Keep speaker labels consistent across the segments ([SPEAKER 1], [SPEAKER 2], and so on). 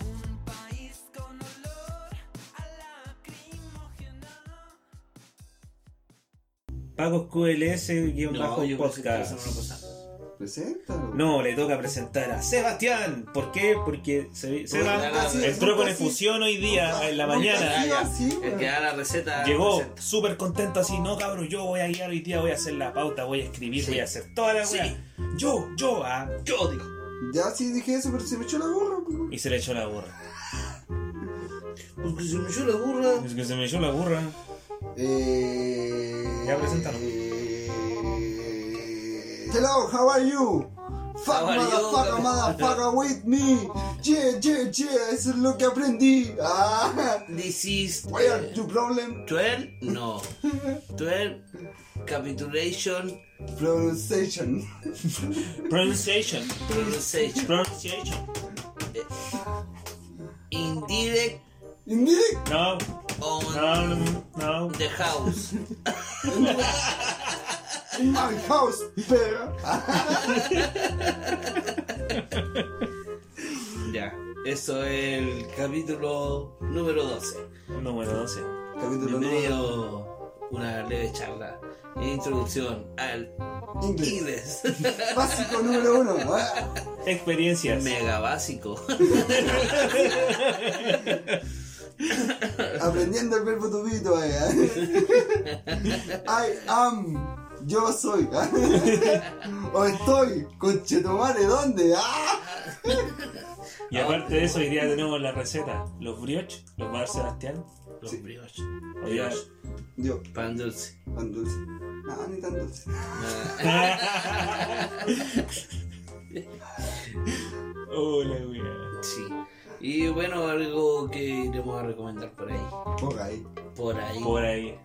[SPEAKER 1] Un país con olor a lacrimógena.
[SPEAKER 2] Pagos
[SPEAKER 3] No, yo pensé que
[SPEAKER 2] QLS-podcast.
[SPEAKER 3] eso no lo pasaba.
[SPEAKER 4] Preséntalo.
[SPEAKER 2] No, le toca presentar a Sebastián. ¿Por qué? Porque se, Seba
[SPEAKER 3] claro, sí,
[SPEAKER 2] entró con
[SPEAKER 4] nunca así-
[SPEAKER 2] efusión hoy día, en la
[SPEAKER 4] nunca
[SPEAKER 2] mañana.
[SPEAKER 4] así,
[SPEAKER 3] ya.
[SPEAKER 4] así,
[SPEAKER 3] El que
[SPEAKER 4] weón.
[SPEAKER 3] da la receta.
[SPEAKER 2] Llegó
[SPEAKER 3] presenta.
[SPEAKER 2] súper contento así, no cabrón, yo voy a guiar hoy día, voy a hacer la pauta, voy a escribir,
[SPEAKER 3] Sí.
[SPEAKER 2] voy a hacer toda la
[SPEAKER 3] Sí.
[SPEAKER 2] weá. Yo, yo, ah.
[SPEAKER 3] Yo digo.
[SPEAKER 4] Ya sí dije eso, pero se me echó la gorra. weón.
[SPEAKER 2] Y se le echó la burra.
[SPEAKER 3] Porque se "Pues, me echó la burra.
[SPEAKER 2] Es que se me echó la burra.
[SPEAKER 4] Eh,
[SPEAKER 2] Ya, preséntalo.
[SPEAKER 4] eh, Hello, how are you? Fuck
[SPEAKER 3] How are you?
[SPEAKER 4] motherfucker, motherfucker with me. Yeah, yeah, yeah, eso es lo que aprendí. Ah,
[SPEAKER 3] This is.
[SPEAKER 4] why are you problem?
[SPEAKER 3] 12. eh, No. 12. Capitulation.
[SPEAKER 4] Pronunciation.
[SPEAKER 2] Pronunciation.
[SPEAKER 3] Pronunciation.
[SPEAKER 2] Pronunciation.
[SPEAKER 3] Indirect
[SPEAKER 4] Indirect.
[SPEAKER 2] No,
[SPEAKER 3] on
[SPEAKER 2] no, no.
[SPEAKER 3] the house.
[SPEAKER 4] In my house, pero. ah,
[SPEAKER 3] Ya. Eso es el capítulo número 12.
[SPEAKER 2] Número 12.
[SPEAKER 4] Capítulo nuevo.
[SPEAKER 3] Bienvenido. Una leve charla. Introducción al
[SPEAKER 4] Inglés.
[SPEAKER 3] inglés.
[SPEAKER 4] Básico número uno. ah.
[SPEAKER 2] Experiencias.
[SPEAKER 3] Mega básico.
[SPEAKER 4] Aprendiendo el verbo tubito. eh, ah. I am. Yo soy. ah. O estoy. Conchetumare, ¿dónde? Ah.
[SPEAKER 2] Y aparte de eso, hoy día tenemos la receta. Los brioches, los va a dar Sebastián.
[SPEAKER 3] Los
[SPEAKER 4] Sí.
[SPEAKER 3] brioches.
[SPEAKER 2] Hoy día-
[SPEAKER 3] Brioche.
[SPEAKER 4] Yo,
[SPEAKER 3] Pan dulce.
[SPEAKER 4] pan dulce. No, ni tan dulce.
[SPEAKER 3] Ah,
[SPEAKER 2] Hola, wea.
[SPEAKER 3] Sí. Y bueno, algo que iremos a recomendar por ahí.
[SPEAKER 4] Ponga ahí.
[SPEAKER 3] Por ahí.
[SPEAKER 2] Por ahí.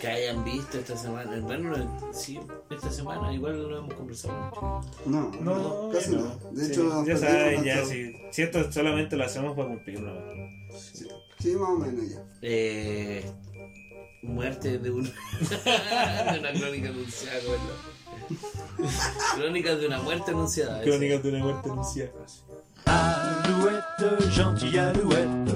[SPEAKER 3] Que hayan visto esta semana. Bueno, lo- sí, esta semana igual lo hemos conversado mucho.
[SPEAKER 4] No,
[SPEAKER 2] No,
[SPEAKER 4] casi
[SPEAKER 2] no.
[SPEAKER 4] no. De
[SPEAKER 2] Sí,
[SPEAKER 4] hecho,
[SPEAKER 2] ya
[SPEAKER 4] perdimos
[SPEAKER 2] saben, ya
[SPEAKER 4] nuestro-
[SPEAKER 2] sí. Si esto solamente lo hacemos para cumplirlo.
[SPEAKER 4] Sí, sí, más o menos ya.
[SPEAKER 3] Eh, muerte de una, de una crónica anunciada, ¿verdad? Crónica de una muerte anunciada. eso.
[SPEAKER 2] de una muerte anunciada.
[SPEAKER 5] Alouette, gentille alouette,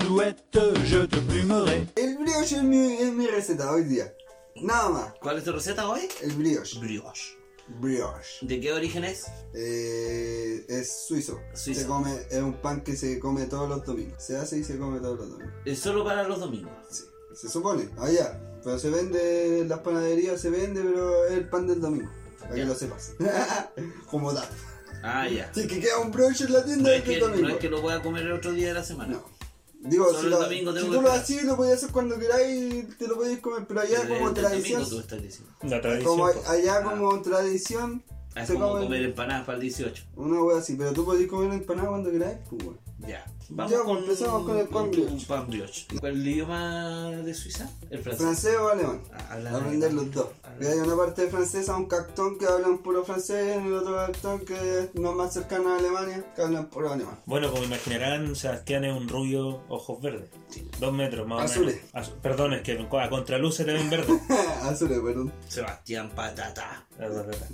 [SPEAKER 5] alouette, je te plumerai.
[SPEAKER 4] El brioche es mi, es mi receta hoy día. Nada más.
[SPEAKER 3] ¿Cuál es tu receta hoy?
[SPEAKER 4] El brioche.
[SPEAKER 3] Brioche.
[SPEAKER 4] Brioche.
[SPEAKER 3] ¿De qué origen es?
[SPEAKER 4] Eh, es suizo.
[SPEAKER 3] Suizo.
[SPEAKER 4] Se come, es un pan que se come todos los domingos. Se hace y se come todos los domingos.
[SPEAKER 3] Es solo para los domingos.
[SPEAKER 4] Sí. Se supone, allá. Pero se vende, en las panaderías se vende, pero es el pan del domingo. Para que
[SPEAKER 3] Ya.
[SPEAKER 4] lo sepas. Como da.
[SPEAKER 3] Ah, ya.
[SPEAKER 4] Si que queda un brioche en la
[SPEAKER 3] No
[SPEAKER 4] tienda
[SPEAKER 3] es,
[SPEAKER 4] es del
[SPEAKER 3] que,
[SPEAKER 4] domingo.
[SPEAKER 3] no es que lo pueda comer el otro día de la semana.
[SPEAKER 4] No. Digo,
[SPEAKER 3] Solo
[SPEAKER 4] si,
[SPEAKER 3] el
[SPEAKER 4] lo-
[SPEAKER 3] domingo
[SPEAKER 4] si
[SPEAKER 3] tengo
[SPEAKER 4] tú
[SPEAKER 3] que
[SPEAKER 4] lo
[SPEAKER 3] estar.
[SPEAKER 4] así lo podías hacer cuando queráis, te lo podías comer, pero allá
[SPEAKER 3] Desde
[SPEAKER 4] como
[SPEAKER 3] el
[SPEAKER 4] tradición,
[SPEAKER 3] domingo tú estás diciendo.
[SPEAKER 2] La tradición.
[SPEAKER 4] como
[SPEAKER 2] pues.
[SPEAKER 4] allá
[SPEAKER 3] Ah.
[SPEAKER 4] como tradición,
[SPEAKER 3] Ah, es
[SPEAKER 4] Se
[SPEAKER 3] como
[SPEAKER 4] come-
[SPEAKER 3] comer empanadas para el 18.
[SPEAKER 4] una wea así, pero tú podías comer empanada cuando queráis, pues weón.
[SPEAKER 3] Ya.
[SPEAKER 4] Ya, empezamos con el pan
[SPEAKER 3] un-
[SPEAKER 4] brioche.
[SPEAKER 3] un pan brioche. ¿Cuál es el idioma de Suiza? El francés.
[SPEAKER 4] Francés o alemán,
[SPEAKER 3] Ah,
[SPEAKER 4] a
[SPEAKER 3] hablan
[SPEAKER 4] aprender
[SPEAKER 3] alemán.
[SPEAKER 4] los dos.
[SPEAKER 3] Hablan-
[SPEAKER 4] Y hay una parte francesa, un cartón que habla un puro francés, y el otro cartón que es no más cercano a Alemania, que hablan puro alemán.
[SPEAKER 2] Bueno, como imaginarán, Sebastián es un rubio, ojos verdes. Dos metros más
[SPEAKER 4] Azules.
[SPEAKER 2] o menos. Azu- Perdón, es que a contraluz se le ven verdes.
[SPEAKER 4] Azules, perdón.
[SPEAKER 3] Sebastián Patata.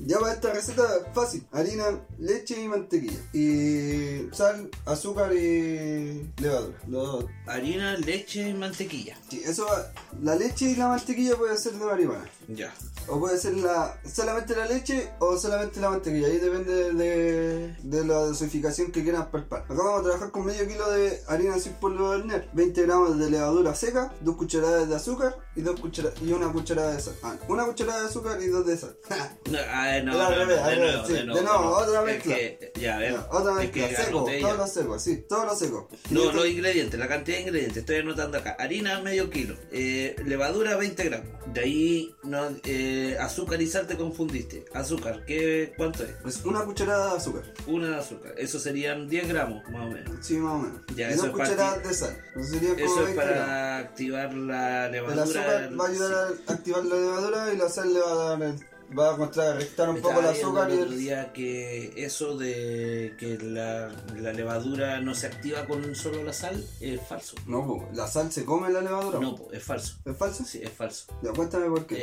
[SPEAKER 4] Ya para esta receta fácil, harina, leche y mantequilla. Y sal, azúcar y levadura. Los-
[SPEAKER 3] Harina, leche y mantequilla.
[SPEAKER 4] sí, eso va- la leche y la mantequilla puede ser de marihuana.
[SPEAKER 3] Ya.
[SPEAKER 4] O puede ser la, solamente la leche o solamente la mantequilla. Ahí depende de, de la dosificación que quieran para el pan. Acá vamos a trabajar con medio kilo de harina sin polvo de hornear, 20 gramos de levadura seca, 2 cucharadas de azúcar y, dos cuchara- y una cucharada de sal. Ah, una cucharada de azúcar y dos de sal.
[SPEAKER 3] No, ah, no,
[SPEAKER 4] Al
[SPEAKER 3] no, no,
[SPEAKER 4] revés, al
[SPEAKER 3] de
[SPEAKER 4] revés,
[SPEAKER 3] nuevo,
[SPEAKER 4] sí.
[SPEAKER 3] de nuevo.
[SPEAKER 4] De nuevo, otra
[SPEAKER 3] Es
[SPEAKER 4] mezcla.
[SPEAKER 3] que- ya, a ver.
[SPEAKER 4] Ya, Otra
[SPEAKER 3] es
[SPEAKER 4] vez,
[SPEAKER 3] que
[SPEAKER 4] que seco,
[SPEAKER 3] anoté ya.
[SPEAKER 4] todos los secos, sí, todos los secos.
[SPEAKER 3] No, los ingredientes, la cantidad de ingredientes, estoy anotando acá. Harina, medio kilo. Eh, levadura, 20 gramos. De ahí, no, eh, azúcar y sal te confundiste. Azúcar, ¿qué, ¿cuánto es?
[SPEAKER 4] Pues una cucharada de azúcar,
[SPEAKER 3] Una de azúcar. Eso serían 10 gramos, más o menos.
[SPEAKER 4] sí, más o menos.
[SPEAKER 3] Ya,
[SPEAKER 4] y
[SPEAKER 3] eso
[SPEAKER 4] dos
[SPEAKER 3] es
[SPEAKER 4] cucharadas
[SPEAKER 3] para
[SPEAKER 4] de sal. Eso sería como
[SPEAKER 3] Eso es
[SPEAKER 4] 20 gramos.
[SPEAKER 3] para activar la
[SPEAKER 4] El
[SPEAKER 3] levadura.
[SPEAKER 4] azúcar va a ayudar a activar la levadura y la sal le va a dar el va a contrarrestar un poco el azúcar y
[SPEAKER 3] el otro
[SPEAKER 4] el...
[SPEAKER 3] día que eso de que la, la levadura no se activa con solo la sal es falso.
[SPEAKER 4] No, po, la sal se come la levadura.
[SPEAKER 3] No, po, es falso.
[SPEAKER 4] ¿Es falso?
[SPEAKER 3] Sí, es falso.
[SPEAKER 4] Ya, cuéntame por qué.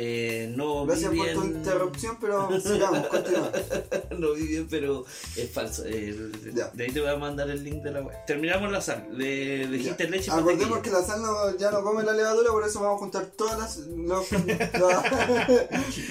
[SPEAKER 3] Eh, no
[SPEAKER 4] Gracias
[SPEAKER 3] vi
[SPEAKER 4] por tu
[SPEAKER 3] bien-
[SPEAKER 4] interrupción, pero sigamos, continuamos.
[SPEAKER 3] no vi bien, pero es falso. El-
[SPEAKER 4] Ya.
[SPEAKER 3] de ahí te voy a mandar el link de la web. Terminamos la sal. Le dijiste leche y
[SPEAKER 4] Acordemos
[SPEAKER 3] mantequilla.
[SPEAKER 4] que la sal no- ya no come la levadura, por eso vamos a juntar todas las los, la-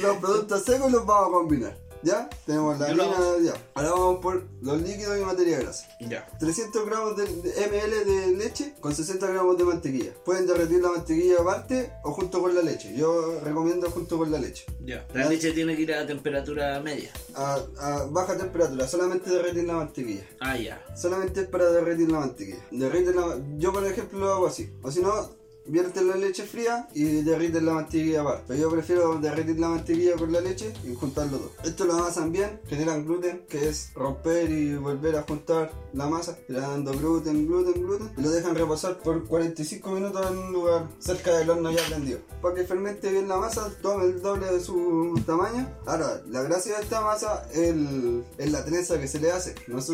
[SPEAKER 4] los productos secos y los vamos a combinar. ¿Ya? Tenemos la
[SPEAKER 3] Yo lo
[SPEAKER 4] harina, ya. Ahora vamos por los líquidos y materia grasa.
[SPEAKER 3] Ya.
[SPEAKER 4] 300 gramos de, de ml de leche con 60 gramos de mantequilla. Pueden derretir la mantequilla aparte o junto con la leche. Yo recomiendo junto con la leche.
[SPEAKER 3] Ya. La leche tiene que ir a temperatura media.
[SPEAKER 4] A, a baja temperatura, solamente derretir la mantequilla.
[SPEAKER 3] Ah, ya.
[SPEAKER 4] Solamente es para derretir la mantequilla. Derrite la, yo por ejemplo lo hago así. O si no, vierten la leche fría y derriten la mantequilla aparte. Pero yo prefiero derretir la mantequilla con la leche y juntarlo todo. Esto lo amasan bien, generan gluten, que es romper y volver a juntar la masa. Le van dando gluten, gluten, gluten. Y lo dejan reposar por 45 minutos en un lugar cerca del horno ya prendido. Para que fermente bien la masa, tome el doble de su tamaño. Ahora, la gracia de esta masa el- es la trenza que se le hace. No, sé-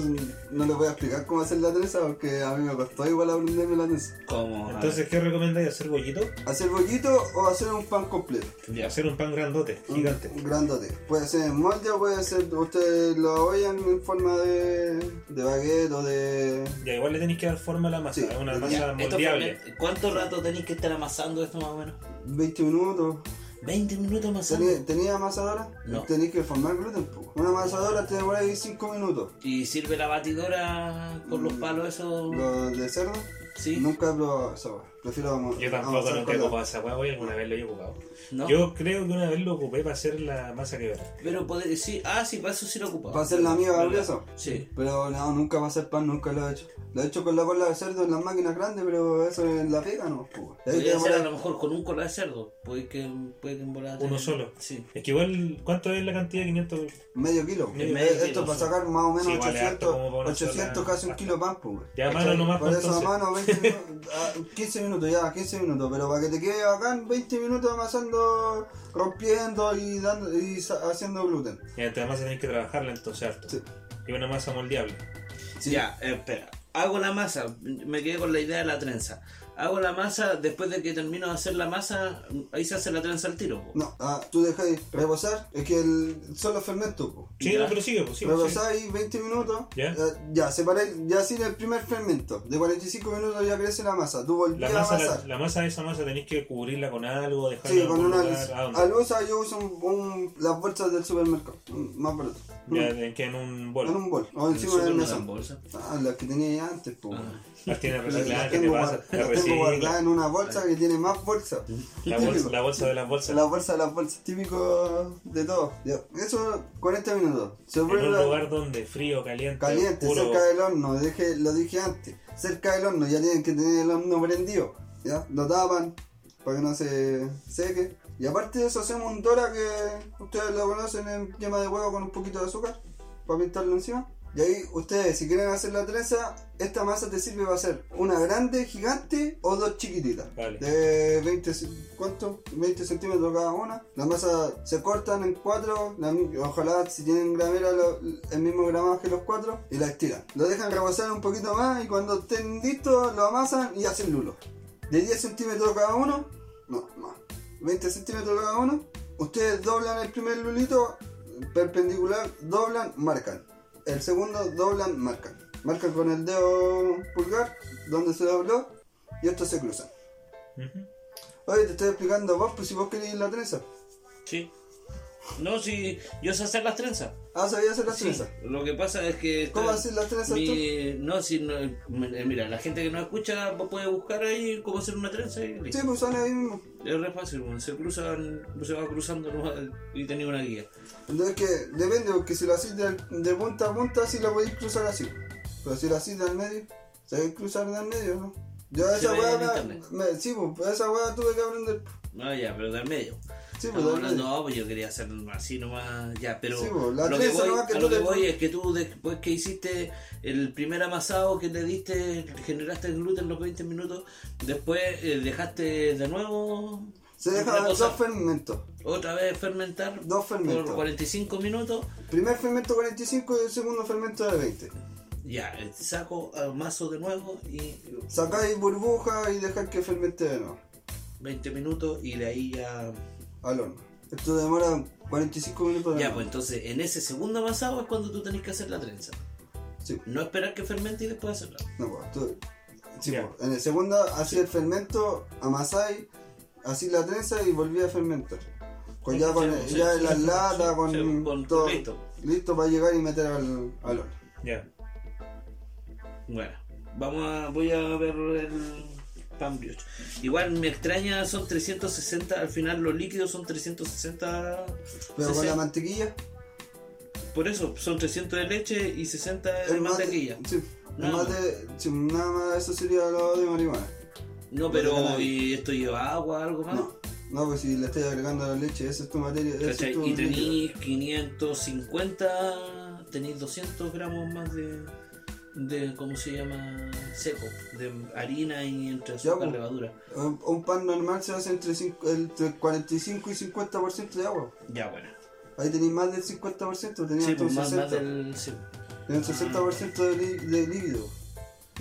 [SPEAKER 4] no les voy a explicar cómo hacer la trenza porque a mí me costó igual aprenderme la trenza.
[SPEAKER 3] Como.
[SPEAKER 2] Entonces, ¿qué recomendáis? ¿Hacer bollito?
[SPEAKER 4] ¿Hacer bollito o hacer un pan completo?
[SPEAKER 3] Ya.
[SPEAKER 2] Hacer un pan grandote,
[SPEAKER 4] Un-
[SPEAKER 2] gigante.
[SPEAKER 4] Un grandote. Puede ser en molde o puede ser, ustedes lo ollan en forma de, de baguette o de...
[SPEAKER 2] Ya, igual le tenéis que dar forma a la masa.
[SPEAKER 4] Sí,
[SPEAKER 2] Es una
[SPEAKER 4] ya,
[SPEAKER 2] masa
[SPEAKER 3] Esto
[SPEAKER 2] moldeable.
[SPEAKER 3] fermen- ¿Cuánto rato tenéis que estar amasando esto más o menos?
[SPEAKER 4] 20 minutos.
[SPEAKER 3] 20 minutos amasando.
[SPEAKER 4] ¿Tenía, tenía amasadora?
[SPEAKER 3] No.
[SPEAKER 4] Tenéis que formar gluten. po. Una amasadora te demora ahí 5 minutos.
[SPEAKER 3] ¿Y sirve la batidora con
[SPEAKER 4] Mm,
[SPEAKER 3] los palos esos?
[SPEAKER 4] Lo de cerdo,
[SPEAKER 3] ¿Sí?
[SPEAKER 4] nunca lo eso, Prefiero am-
[SPEAKER 2] Yo tampoco
[SPEAKER 4] amasar
[SPEAKER 2] no
[SPEAKER 4] con
[SPEAKER 2] tengo
[SPEAKER 4] la-
[SPEAKER 2] para esa hueá, alguna vez lo he ocupado.
[SPEAKER 3] ¿No?
[SPEAKER 2] Yo creo que una vez lo ocupé para hacer la masa que
[SPEAKER 3] Pero puede... sí, ah, sí, para eso sí lo ocupaba.
[SPEAKER 4] Para hacer la mía
[SPEAKER 3] ¿Verdad?
[SPEAKER 4] gruesa.
[SPEAKER 3] Sí.
[SPEAKER 4] Pero no, nunca va a hacer pan, nunca lo he hecho. Lo he hecho con la cola de cerdo en las máquinas grandes, pero eso en la pega no. po. Ahí te
[SPEAKER 3] Podría hacer
[SPEAKER 4] demora-
[SPEAKER 3] a lo mejor con un cola de cerdo. Puede que, puede que en volada
[SPEAKER 2] Uno
[SPEAKER 3] tenga-
[SPEAKER 2] solo.
[SPEAKER 3] Sí.
[SPEAKER 2] Es que igual, ¿cuánto es la cantidad? 500.
[SPEAKER 4] Medio kilo.
[SPEAKER 2] Medio
[SPEAKER 4] Eh, Esto
[SPEAKER 3] kilo,
[SPEAKER 4] para
[SPEAKER 3] sí.
[SPEAKER 4] sacar más o menos
[SPEAKER 2] Sí, vale
[SPEAKER 4] 800,
[SPEAKER 2] harto como para una
[SPEAKER 4] 800
[SPEAKER 2] sola-
[SPEAKER 4] casi un kilo de pan, pues.
[SPEAKER 2] Ya, mano nomás,
[SPEAKER 4] Por
[SPEAKER 2] pues,
[SPEAKER 4] eso a
[SPEAKER 2] entonces.
[SPEAKER 4] mano, 20 minutos, ah, 15 minutos, ya, 15 minutos. Pero para que te quede bacán, 20 minutos amasando, rompiendo y, dando, y sa- haciendo gluten.
[SPEAKER 2] Y además tenéis que trabajarla entonces harto.
[SPEAKER 4] Sí.
[SPEAKER 2] Y una masa moldeable.
[SPEAKER 4] Sí.
[SPEAKER 3] Ya, eh, espera. Hago la masa. Me quedé con la idea de la trenza. Hago la masa. Después de que termino de hacer la masa, ahí se hace la trenza al tiro. po.
[SPEAKER 4] No, ah, tú dejáis reposar, es que el, son los fermentos, po.
[SPEAKER 2] Sí,
[SPEAKER 3] Ya.
[SPEAKER 2] no, pero sigue, pues sigue, sigue.
[SPEAKER 4] Reposáis 20 minutos,
[SPEAKER 2] Ya.
[SPEAKER 4] eh, ya separáis, ya sin el primer fermento. De 45 minutos ya crece la masa. Tú
[SPEAKER 2] La
[SPEAKER 4] volvías a
[SPEAKER 2] masa,
[SPEAKER 4] amasar.
[SPEAKER 2] la, la masa, esa masa tenéis que cubrirla con algo, dejarla
[SPEAKER 4] Sí,
[SPEAKER 2] en
[SPEAKER 4] con
[SPEAKER 2] algún
[SPEAKER 4] una
[SPEAKER 2] lugar. ¿A dónde?
[SPEAKER 4] alusa yo uso un- un- las bolsas del supermercado, mm, más barato.
[SPEAKER 2] Ya,
[SPEAKER 4] Mm,
[SPEAKER 2] de- que en un
[SPEAKER 4] En
[SPEAKER 2] bol.
[SPEAKER 4] un bol, o
[SPEAKER 3] En el
[SPEAKER 4] encima
[SPEAKER 3] súper
[SPEAKER 4] del
[SPEAKER 3] no dan
[SPEAKER 4] mesón.
[SPEAKER 3] bolsa.
[SPEAKER 4] Ah, las que tenía ya antes, po.
[SPEAKER 3] Ah.
[SPEAKER 2] Las tienes recicladas,
[SPEAKER 4] Las
[SPEAKER 2] ¿qué te
[SPEAKER 4] tengo,
[SPEAKER 2] pasa?
[SPEAKER 4] guard-
[SPEAKER 2] Las
[SPEAKER 4] las tengo guardadas
[SPEAKER 2] reciclas.
[SPEAKER 4] en una bolsa que tiene más bolsas.
[SPEAKER 2] La bolsa, la bolsa de las bolsas.
[SPEAKER 4] La bolsa de las bolsas, típico de todo. Ya, Eso 40 minutos. Se
[SPEAKER 2] En
[SPEAKER 4] vuelve
[SPEAKER 2] un
[SPEAKER 4] la-
[SPEAKER 2] lugar donde frío, caliente,
[SPEAKER 4] caliente,
[SPEAKER 2] oscuro.
[SPEAKER 4] cerca del horno, dije- lo dije antes. Cerca del horno, ya tienen que tener el horno prendido. ¿ya? Lo tapan para que no se seque. Y aparte de eso hacemos un dora que ustedes lo conocen en yema de huevo con un poquito de azúcar para pintarlo encima. Y ahí ustedes, si quieren hacer la trenza, esta masa te sirve para hacer una grande, gigante o dos chiquititas.
[SPEAKER 2] Vale.
[SPEAKER 4] De 20, Eh, ce- ¿cuánto? 20 centímetros cada una. Las masas se cortan en cuatro, la mi- ojalá si tienen gramera lo- el mismo gramaje los cuatro, y las estiran. Lo dejan reposar un poquito más y cuando estén listos lo amasan y hacen lulo. De 10 centímetros cada uno, no, más. 20 centímetros cada uno. Ustedes doblan el primer lulito perpendicular, doblan, marcan. El segundo doblan, marcan. Marcan con el dedo pulgar donde se dobló y estos se cruzan.
[SPEAKER 2] Ujú.
[SPEAKER 4] Oye, te estoy explicando a vos, pues si vos querés la trenza.
[SPEAKER 3] Sí. No, sí. Yo sé hacer las trenzas.
[SPEAKER 4] Ah, sabía hacer las
[SPEAKER 3] Sí,
[SPEAKER 4] trenzas.
[SPEAKER 3] Lo que pasa es que.
[SPEAKER 4] ¿Cómo haces las trenzas
[SPEAKER 3] Mi- No, si no, eh, mira, la gente que no escucha puede buscar ahí cómo hacer una trenza y
[SPEAKER 4] Sí,
[SPEAKER 3] listo.
[SPEAKER 4] pues sale ahí mismo.
[SPEAKER 3] Es re fácil, bueno, se cruzan, se va cruzando nomás y tenía una guía.
[SPEAKER 4] Entonces que depende, porque si lo hacís de, de punta a punta, sí lo podéis cruzar así. Pero si lo hacís del medio, sabéis cruzar del medio, ¿no? Yo
[SPEAKER 3] Se
[SPEAKER 4] esa
[SPEAKER 3] ve
[SPEAKER 4] weá
[SPEAKER 3] en
[SPEAKER 4] me,
[SPEAKER 3] internet.
[SPEAKER 4] me- sí, pues esa weá tuve que aprender.
[SPEAKER 3] No, Ah, ya, pero del medio.
[SPEAKER 4] Sí, pues
[SPEAKER 3] No,
[SPEAKER 4] del
[SPEAKER 3] no,
[SPEAKER 4] medio.
[SPEAKER 3] no, pues yo quería hacer así nomás, ya, pero
[SPEAKER 4] Sí, pues, la
[SPEAKER 3] lo que
[SPEAKER 4] trenza
[SPEAKER 3] voy,
[SPEAKER 4] nomás que
[SPEAKER 3] a
[SPEAKER 4] tú
[SPEAKER 3] lo que
[SPEAKER 4] le-
[SPEAKER 3] voy es que tú después que hiciste el primer amasado que le diste, generaste el gluten los 20 minutos, después eh, dejaste de nuevo
[SPEAKER 4] Se
[SPEAKER 3] Otra
[SPEAKER 4] deja
[SPEAKER 3] cosa.
[SPEAKER 4] dos fermentos.
[SPEAKER 3] Otra vez fermentar
[SPEAKER 4] Dos
[SPEAKER 3] por
[SPEAKER 4] fermentos.
[SPEAKER 3] 45 minutos.
[SPEAKER 4] Primer fermento 45 y el segundo fermento de 20.
[SPEAKER 3] Ya, eh, saco al mazo de nuevo y
[SPEAKER 4] Sacáis burbuja y dejáis que fermente de nuevo.
[SPEAKER 3] 20 minutos y de ahí ya...
[SPEAKER 4] Al horno. Esto demora 45 minutos de
[SPEAKER 3] Ya,
[SPEAKER 4] horno.
[SPEAKER 3] pues entonces en ese segundo pasado es cuando tú tenés que hacer la trenza.
[SPEAKER 4] Sí.
[SPEAKER 3] No esperar que fermente y después hacerla.
[SPEAKER 4] No, pues, tú- sí,
[SPEAKER 2] Ya.
[SPEAKER 4] pues, en el segundo hacía el fermento, amasáis, así la trenza y volví a fermentar. Con, ya con
[SPEAKER 3] Sí,
[SPEAKER 4] ya
[SPEAKER 3] sí,
[SPEAKER 4] las
[SPEAKER 3] sí,
[SPEAKER 4] latas,
[SPEAKER 3] sí,
[SPEAKER 4] con,
[SPEAKER 3] sí, con
[SPEAKER 4] todo
[SPEAKER 3] listo.
[SPEAKER 4] listo. para llegar y meter al, al horno.
[SPEAKER 2] Ya.
[SPEAKER 3] Bueno, vamos a, voy a ver el pan brioche. Igual me extraña, son 360, al final los líquidos son 360.
[SPEAKER 4] Pero con
[SPEAKER 3] 60.
[SPEAKER 4] la mantequilla.
[SPEAKER 3] Por eso, son 300 de leche y 60 de
[SPEAKER 4] el mate-
[SPEAKER 3] mantequilla.
[SPEAKER 4] Sí,
[SPEAKER 3] Nada
[SPEAKER 4] nada, mate, sí, nada más eso sería lo de marihuana.
[SPEAKER 3] No,
[SPEAKER 4] No
[SPEAKER 3] pero
[SPEAKER 4] tiene
[SPEAKER 3] ¿y esto lleva agua, algo más?
[SPEAKER 4] No, no, pues si le estás agregando la leche, esa es tu materia. ese es
[SPEAKER 3] ¿Cachai?
[SPEAKER 4] tu
[SPEAKER 3] Y
[SPEAKER 4] líquido.
[SPEAKER 3] tenéis 550, tenéis 200 gramos más de, de, ¿cómo se llama? Seco, de harina y entre azúcar,
[SPEAKER 4] pues.
[SPEAKER 3] levadura.
[SPEAKER 4] Un, un pan normal se hace entre, cinco- entre 45 y 50% de agua.
[SPEAKER 3] Ya, bueno.
[SPEAKER 4] Ahí tenéis más del 50%, tenéis
[SPEAKER 3] Sí,
[SPEAKER 4] hasta un
[SPEAKER 3] pues más,
[SPEAKER 4] 60%.
[SPEAKER 3] más del... sí.
[SPEAKER 4] Tiene un 60% de, li- de líquido.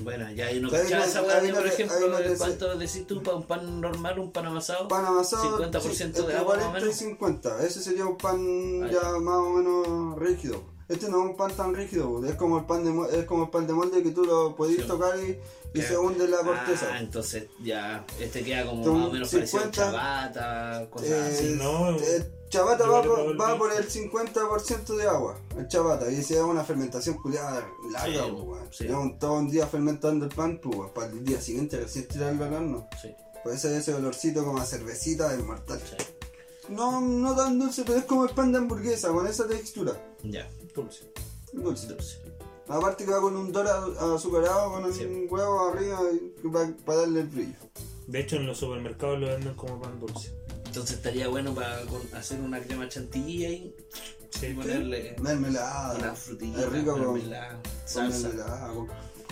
[SPEAKER 3] Bueno, ya hay uno
[SPEAKER 4] Ahí
[SPEAKER 3] ya
[SPEAKER 4] no-
[SPEAKER 3] esa weá
[SPEAKER 4] ahí
[SPEAKER 3] de,
[SPEAKER 4] no
[SPEAKER 3] por
[SPEAKER 4] te-
[SPEAKER 3] ejemplo,
[SPEAKER 4] ahí no te
[SPEAKER 3] de
[SPEAKER 4] sé.
[SPEAKER 3] ¿cuánto decís tú para un pan normal, un pan amasado?
[SPEAKER 4] Pan amasado,
[SPEAKER 3] 50%
[SPEAKER 4] sí,
[SPEAKER 3] de
[SPEAKER 4] entre
[SPEAKER 3] agua, más o
[SPEAKER 4] 40 y
[SPEAKER 3] menos.
[SPEAKER 4] 50. Ese sería un pan
[SPEAKER 3] Ah,
[SPEAKER 4] ya más o menos rígido. Este no es un pan tan rígido, es como el pan de, mo- es como el pan de molde que tú lo podéis
[SPEAKER 3] Sí.
[SPEAKER 4] tocar y, y
[SPEAKER 3] Ya.
[SPEAKER 4] se hunde la
[SPEAKER 3] Ah,
[SPEAKER 4] corteza.
[SPEAKER 3] entonces ya, este queda como
[SPEAKER 4] Son
[SPEAKER 3] más o menos parecido a
[SPEAKER 4] 50,
[SPEAKER 3] chabata, cosas
[SPEAKER 4] Eh,
[SPEAKER 3] así.
[SPEAKER 2] No,
[SPEAKER 4] eh, Chabata
[SPEAKER 2] yo
[SPEAKER 4] va,
[SPEAKER 2] le
[SPEAKER 4] por-
[SPEAKER 2] probé el
[SPEAKER 4] va
[SPEAKER 2] bife.
[SPEAKER 4] por el 50% de agua, el chabata, y se da una fermentación culiada larga,
[SPEAKER 3] Sí,
[SPEAKER 4] pues, weón.
[SPEAKER 3] sí.
[SPEAKER 4] Llevan todo un día fermentando el pan, pues, weón, para el día siguiente recién tirarlo al horno.
[SPEAKER 3] Sí,
[SPEAKER 4] Pues ese, ese olorcito como a cervecita es mortal.
[SPEAKER 3] sí,
[SPEAKER 4] No, no tan dulce, pero es como el pan de hamburguesa, con esa textura.
[SPEAKER 3] ya,
[SPEAKER 2] Dulce.
[SPEAKER 4] Dulce.
[SPEAKER 3] entonces.
[SPEAKER 4] Aparte que va con un dorado azucarado, con
[SPEAKER 3] Sí.
[SPEAKER 4] un huevo arriba para, darle el brillo.
[SPEAKER 2] De hecho, en los supermercados lo venden como pan dulce.
[SPEAKER 3] Entonces estaría bueno para con- hacer una crema chantilly ahí y
[SPEAKER 2] Sí.
[SPEAKER 3] ponerle
[SPEAKER 4] Mermelada.
[SPEAKER 3] una frutilla,
[SPEAKER 4] es rico con, con
[SPEAKER 3] mermelada, salsa.
[SPEAKER 4] mermelada, con,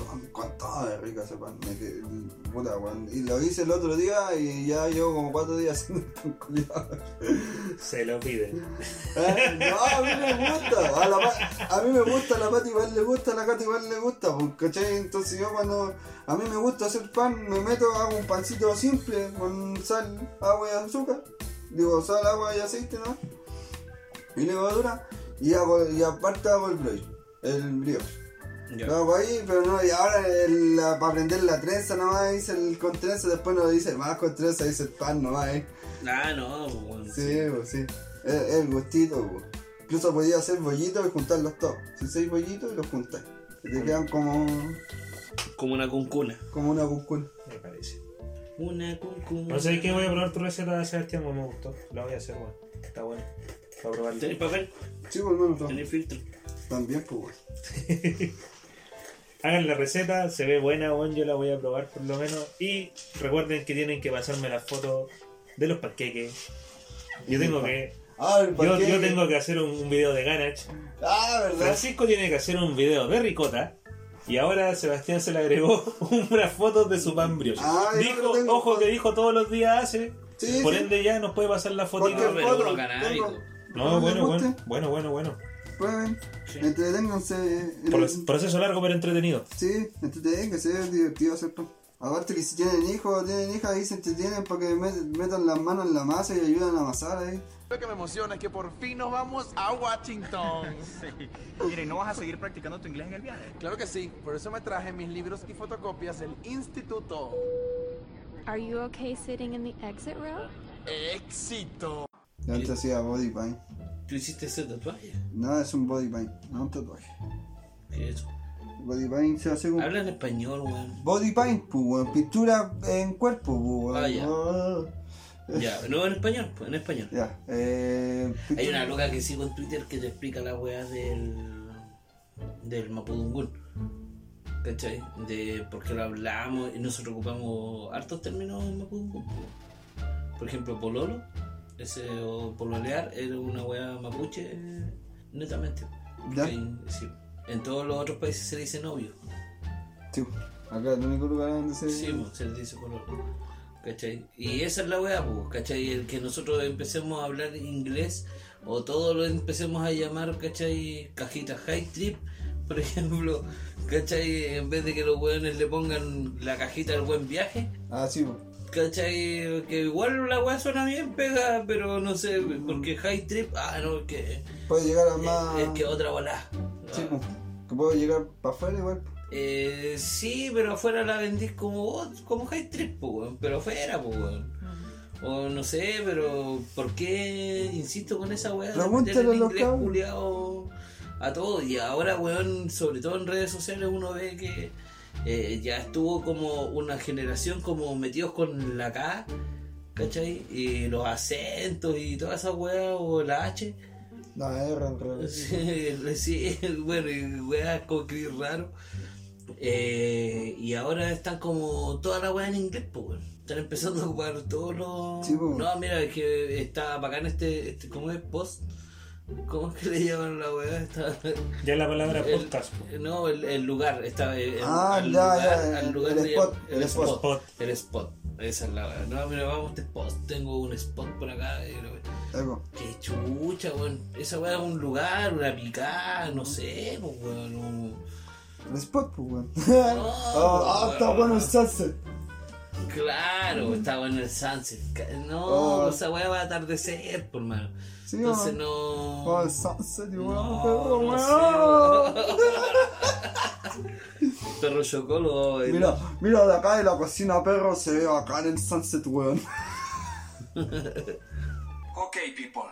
[SPEAKER 4] con, con todo es rico ese pan. Me que- puta, weón. Y lo hice el otro día y ya llevo como cuatro días haciendo el pan culiado.
[SPEAKER 2] Se lo piden.
[SPEAKER 4] Eh, No, a mí me gusta. A, la Pa- a mí me gusta, a la Pati igual le gusta, a la Cata igual le gusta. pues, ¿Cachai? Entonces yo cuando a mí me gusta hacer pan, me meto, hago un pancito simple con sal, agua y azúcar. Digo, sal, agua y aceite, ¿no? Y levadura. Y, hago, y aparte hago el brioche. El brioche.
[SPEAKER 3] Ya.
[SPEAKER 4] Lo hago ahí, pero no, y ahora el- la- para aprender la trenza nomás hice el con trenza, después no hice más con trenza, hice el pan nomás, ¿eh?
[SPEAKER 3] Ah, no, bueno,
[SPEAKER 4] Sí, pues sí. Es es el gustito, pues. Incluso podía hacer bollitos y juntarlos todos. Si seis bollitos y los juntáis. Y te quedan como,
[SPEAKER 3] como una cuncuna.
[SPEAKER 4] como una cuncuna.
[SPEAKER 2] Me parece.
[SPEAKER 3] Una cuncuna.
[SPEAKER 2] No sé qué voy a probar tu receta, Sebastián, porque me gustó. La voy a hacer, bueno. Está bueno. Para probarla.
[SPEAKER 3] ¿Tenéis papel?
[SPEAKER 4] Sí, pues hermano, todo.
[SPEAKER 3] ¿Tenéis filtro?
[SPEAKER 4] También, pues, weón.
[SPEAKER 2] Hagan la receta, se ve buena, bueno, yo la voy a probar por lo menos. Y recuerden que tienen que pasarme las fotos de los panqueques. Yo tengo que.
[SPEAKER 4] Ah, el
[SPEAKER 2] Yo,
[SPEAKER 4] panqueque.
[SPEAKER 2] yo tengo que hacer un, un video de Ganach.
[SPEAKER 4] Ah, ¿verdad?
[SPEAKER 2] Francisco tiene que hacer un video de ricota. Y ahora Sebastián se le agregó unas fotos de su pan brioche.
[SPEAKER 4] Ah, yo
[SPEAKER 2] dijo,
[SPEAKER 4] lo tengo.
[SPEAKER 2] ojo que dijo todos los días hace.
[SPEAKER 4] Sí,
[SPEAKER 2] por
[SPEAKER 4] sí.
[SPEAKER 2] ende ya nos puede pasar la foto.
[SPEAKER 4] Cualquier
[SPEAKER 3] No, pero
[SPEAKER 4] foto,
[SPEAKER 3] uno canábico.
[SPEAKER 4] tengo.
[SPEAKER 2] No,
[SPEAKER 4] Cuando les
[SPEAKER 2] bueno, bueno,
[SPEAKER 4] guste,
[SPEAKER 2] bueno, bueno, bueno.
[SPEAKER 4] Prueben,
[SPEAKER 3] Sí.
[SPEAKER 4] entreténganse. en
[SPEAKER 2] Pro-
[SPEAKER 4] el-
[SPEAKER 2] proceso largo pero entretenido.
[SPEAKER 4] Sí, entreténganse, es divertido hacer pan. Aparte que si tienen hijos o tienen hijas ahí se entretienen para que met- metan las manos en la masa y ayudan a amasar ahí.
[SPEAKER 6] Lo que me emociona es que por fin nos vamos a Washington.
[SPEAKER 7] Sí. Mira, ¿y no vas a seguir practicando tu inglés en el viaje?
[SPEAKER 6] Claro que sí, por eso me traje mis libros y fotocopias del instituto.
[SPEAKER 8] Are you okay sitting in the exit row?
[SPEAKER 6] ¡Éxito!
[SPEAKER 4] Yo antes hacía body paint.
[SPEAKER 3] ¿Tú hiciste ese tatuaje?
[SPEAKER 4] No, es un body paint, no un tatuaje.
[SPEAKER 3] ¿Qué es eso?
[SPEAKER 4] Body paint se hace con.
[SPEAKER 3] Habla en español, weón.
[SPEAKER 4] Body paint, pues, weón. Pintura en cuerpo, pues, weón.
[SPEAKER 3] Ah, ya.
[SPEAKER 4] Oh.
[SPEAKER 3] Ya, no en español, pues en español.
[SPEAKER 4] Ya, eh.
[SPEAKER 3] Hay
[SPEAKER 4] pintura-
[SPEAKER 3] una loca que sigo en Twitter que te explica las weas del. del Mapudungún. ¿Cachai? De por qué lo hablamos y nosotros ocupamos hartos términos en Mapudungún. po. Por ejemplo, Pololo, ese o Pololear era una wea mapuche eh, netamente.
[SPEAKER 4] Ya.
[SPEAKER 3] ¿Cachai? Sí. En todos los otros países se le dice novio.
[SPEAKER 4] Sí, acá pues. el único lugar donde se.
[SPEAKER 3] pues. Sí, po, se le dice Pololo. ¿cachai? Y esa es la weá, pues, ¿cachai? El que nosotros empecemos a hablar inglés o todo lo empecemos a llamar, ¿cachai? Cajita High Trip, por ejemplo, ¿cachai? En vez de que los weones le pongan la cajita del buen viaje,
[SPEAKER 4] Ah, sí, po.
[SPEAKER 3] ¿cachai? Que igual la weá suena bien pega, pero no sé, porque High Trip, ah, no, que
[SPEAKER 4] Puede llegar a más.
[SPEAKER 3] es, es que otra volá.
[SPEAKER 4] Sí, pues. po. Que puedo llegar para afuera igual. pues. po.
[SPEAKER 3] Eh, sí, pero afuera la vendís como vos, como high trip, po, weón, pero afuera, po, weón. O no sé, pero ¿por qué insisto con esa weá? de
[SPEAKER 4] Pregúntale
[SPEAKER 3] meterle
[SPEAKER 4] a los
[SPEAKER 3] inglés
[SPEAKER 4] cabros.
[SPEAKER 3] culiao a todo. Y ahora, weón, sobre todo en redes sociales, uno ve que eh, ya estuvo como una generación como metidos con la K, ¿cachai? Y los acentos y toda esa weá, o la H.
[SPEAKER 4] No, R en realidad.
[SPEAKER 3] Sí, pues sí, bueno, y weas con Chris raro. Eh, y ahora están como toda la wea en inglés, pues, weón. Están empezando a ocupar todos los.
[SPEAKER 4] Sí, pues.
[SPEAKER 3] no, mira, es que está bacán este, este. ¿Cómo es? Post. ¿Cómo es que le llaman la wea? Está-
[SPEAKER 2] Ya la palabra
[SPEAKER 3] el-
[SPEAKER 2] podcast. po.
[SPEAKER 3] no, el, el lugar. Está, eh, el,
[SPEAKER 4] Ah,
[SPEAKER 3] al
[SPEAKER 4] ya,
[SPEAKER 3] lugar-
[SPEAKER 4] ya,
[SPEAKER 3] al
[SPEAKER 4] el-
[SPEAKER 3] lugar
[SPEAKER 4] el
[SPEAKER 3] de-
[SPEAKER 4] spot,
[SPEAKER 3] El,
[SPEAKER 4] el
[SPEAKER 3] spot.
[SPEAKER 2] spot.
[SPEAKER 3] El spot. Esa es la wea. No, mira, vamos, este spot. Tengo un spot por acá. y lo-
[SPEAKER 4] Algo.
[SPEAKER 3] Qué chucha, weón. Esa weá es un lugar, una picada, no sé, pues, weón. un-
[SPEAKER 4] El spot, pues, weón.
[SPEAKER 3] Oh,
[SPEAKER 4] Ah, ah, está bueno el sunset.
[SPEAKER 3] Claro, estaba en el sunset. Ca- No,
[SPEAKER 4] Oh.
[SPEAKER 3] esa weá va a atardecer, por mano.
[SPEAKER 4] Sí,
[SPEAKER 3] Entonces
[SPEAKER 4] weón.
[SPEAKER 3] no.
[SPEAKER 4] Oh, el sunset,
[SPEAKER 3] No,
[SPEAKER 4] igual,
[SPEAKER 3] no
[SPEAKER 4] perro, weón.
[SPEAKER 3] sé, weón. Perro chocolo, weón.
[SPEAKER 4] Mira, mira de acá de la cocina, perro, se ve acá en el sunset, weón.
[SPEAKER 9] Ok, people.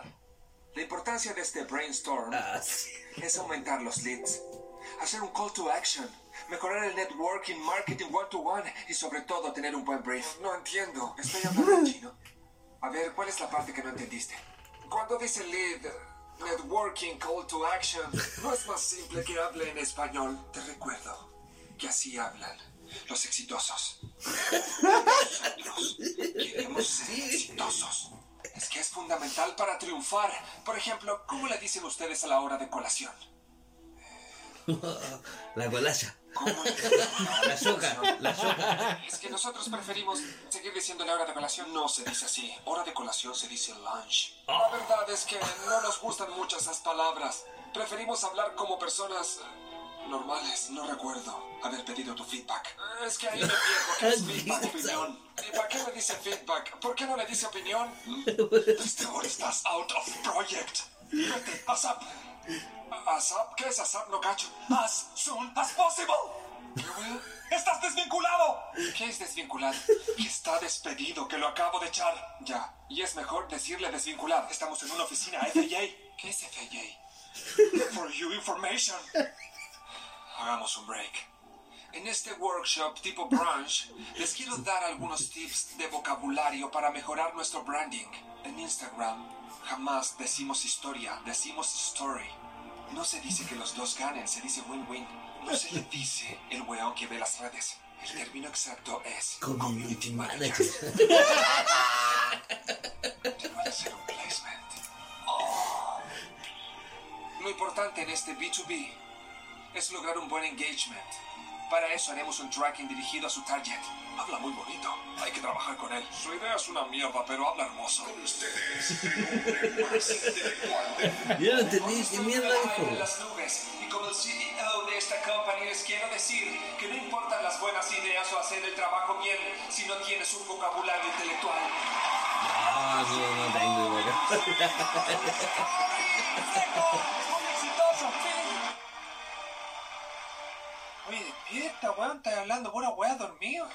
[SPEAKER 9] La importancia de este brainstorm
[SPEAKER 3] Ah, sí.
[SPEAKER 9] es aumentar los leads, hacer un call to action, mejorar el networking, marketing one-to-one y sobre todo tener un buen brief. No entiendo. Estoy hablando en chino. A ver, ¿cuál es la parte que no entendiste? Cuando dice lead, networking, call to action, no es más simple que hable en español. Te recuerdo que así hablan los exitosos. Nosotros queremos ser exitosos. Es que es fundamental para triunfar. Por ejemplo, ¿cómo le dicen ustedes a la hora de colación?
[SPEAKER 3] La colacha.
[SPEAKER 9] ¿Cómo le dicen a la hora de
[SPEAKER 3] La soca, la soca.
[SPEAKER 9] Es que nosotros preferimos seguir diciendo la hora de colación. No se dice así. Hora de colación se dice lunch. La verdad es que no nos gustan mucho esas palabras. Preferimos hablar como personas eh, normales. No recuerdo haber pedido tu feedback. Eh, Es que ahí me pierdo. ¿Qué es feedback? Opinión. ¿Y para qué le dice feedback? ¿Por qué no le dice opinión? Ahora estás out of project. Vete, ASAP. ASAP, ¿qué es ASAP? No cacho. As soon as possible. ¡Estás desvinculado! ¿Qué es desvinculado? Está despedido, que lo acabo de echar. Ya, y es mejor decirle desvinculado. Estamos en una oficina FAA. ¿Qué es FAA? For your information. Hagamos un break. En este workshop tipo brunch, les quiero dar algunos tips de vocabulario para mejorar nuestro branding. En Instagram, jamás decimos historia, decimos story. No se dice que los dos ganen, se dice win-win. No se le dice el weón que ve las redes. El término exacto es
[SPEAKER 3] Community manager.
[SPEAKER 9] Te voy a hacer un placement. Oh. Lo importante en este B2B es lograr un buen engagement. Para eso haremos un tracking dirigido a su target. Habla muy bonito. Hay que trabajar con él. Su idea es una mierda, pero habla hermoso. Con ustedes,
[SPEAKER 3] Yo no entendí qué mierda dijo.
[SPEAKER 9] en las nubes. Y como el CEO de esta compañía les quiero decir que no importan las buenas ideas o hacer el trabajo bien si no tienes un vocabulario intelectual.
[SPEAKER 3] Ah, no, no tengo, weón.
[SPEAKER 9] Oye, despierta, weón, estás hablando pura weá dormido.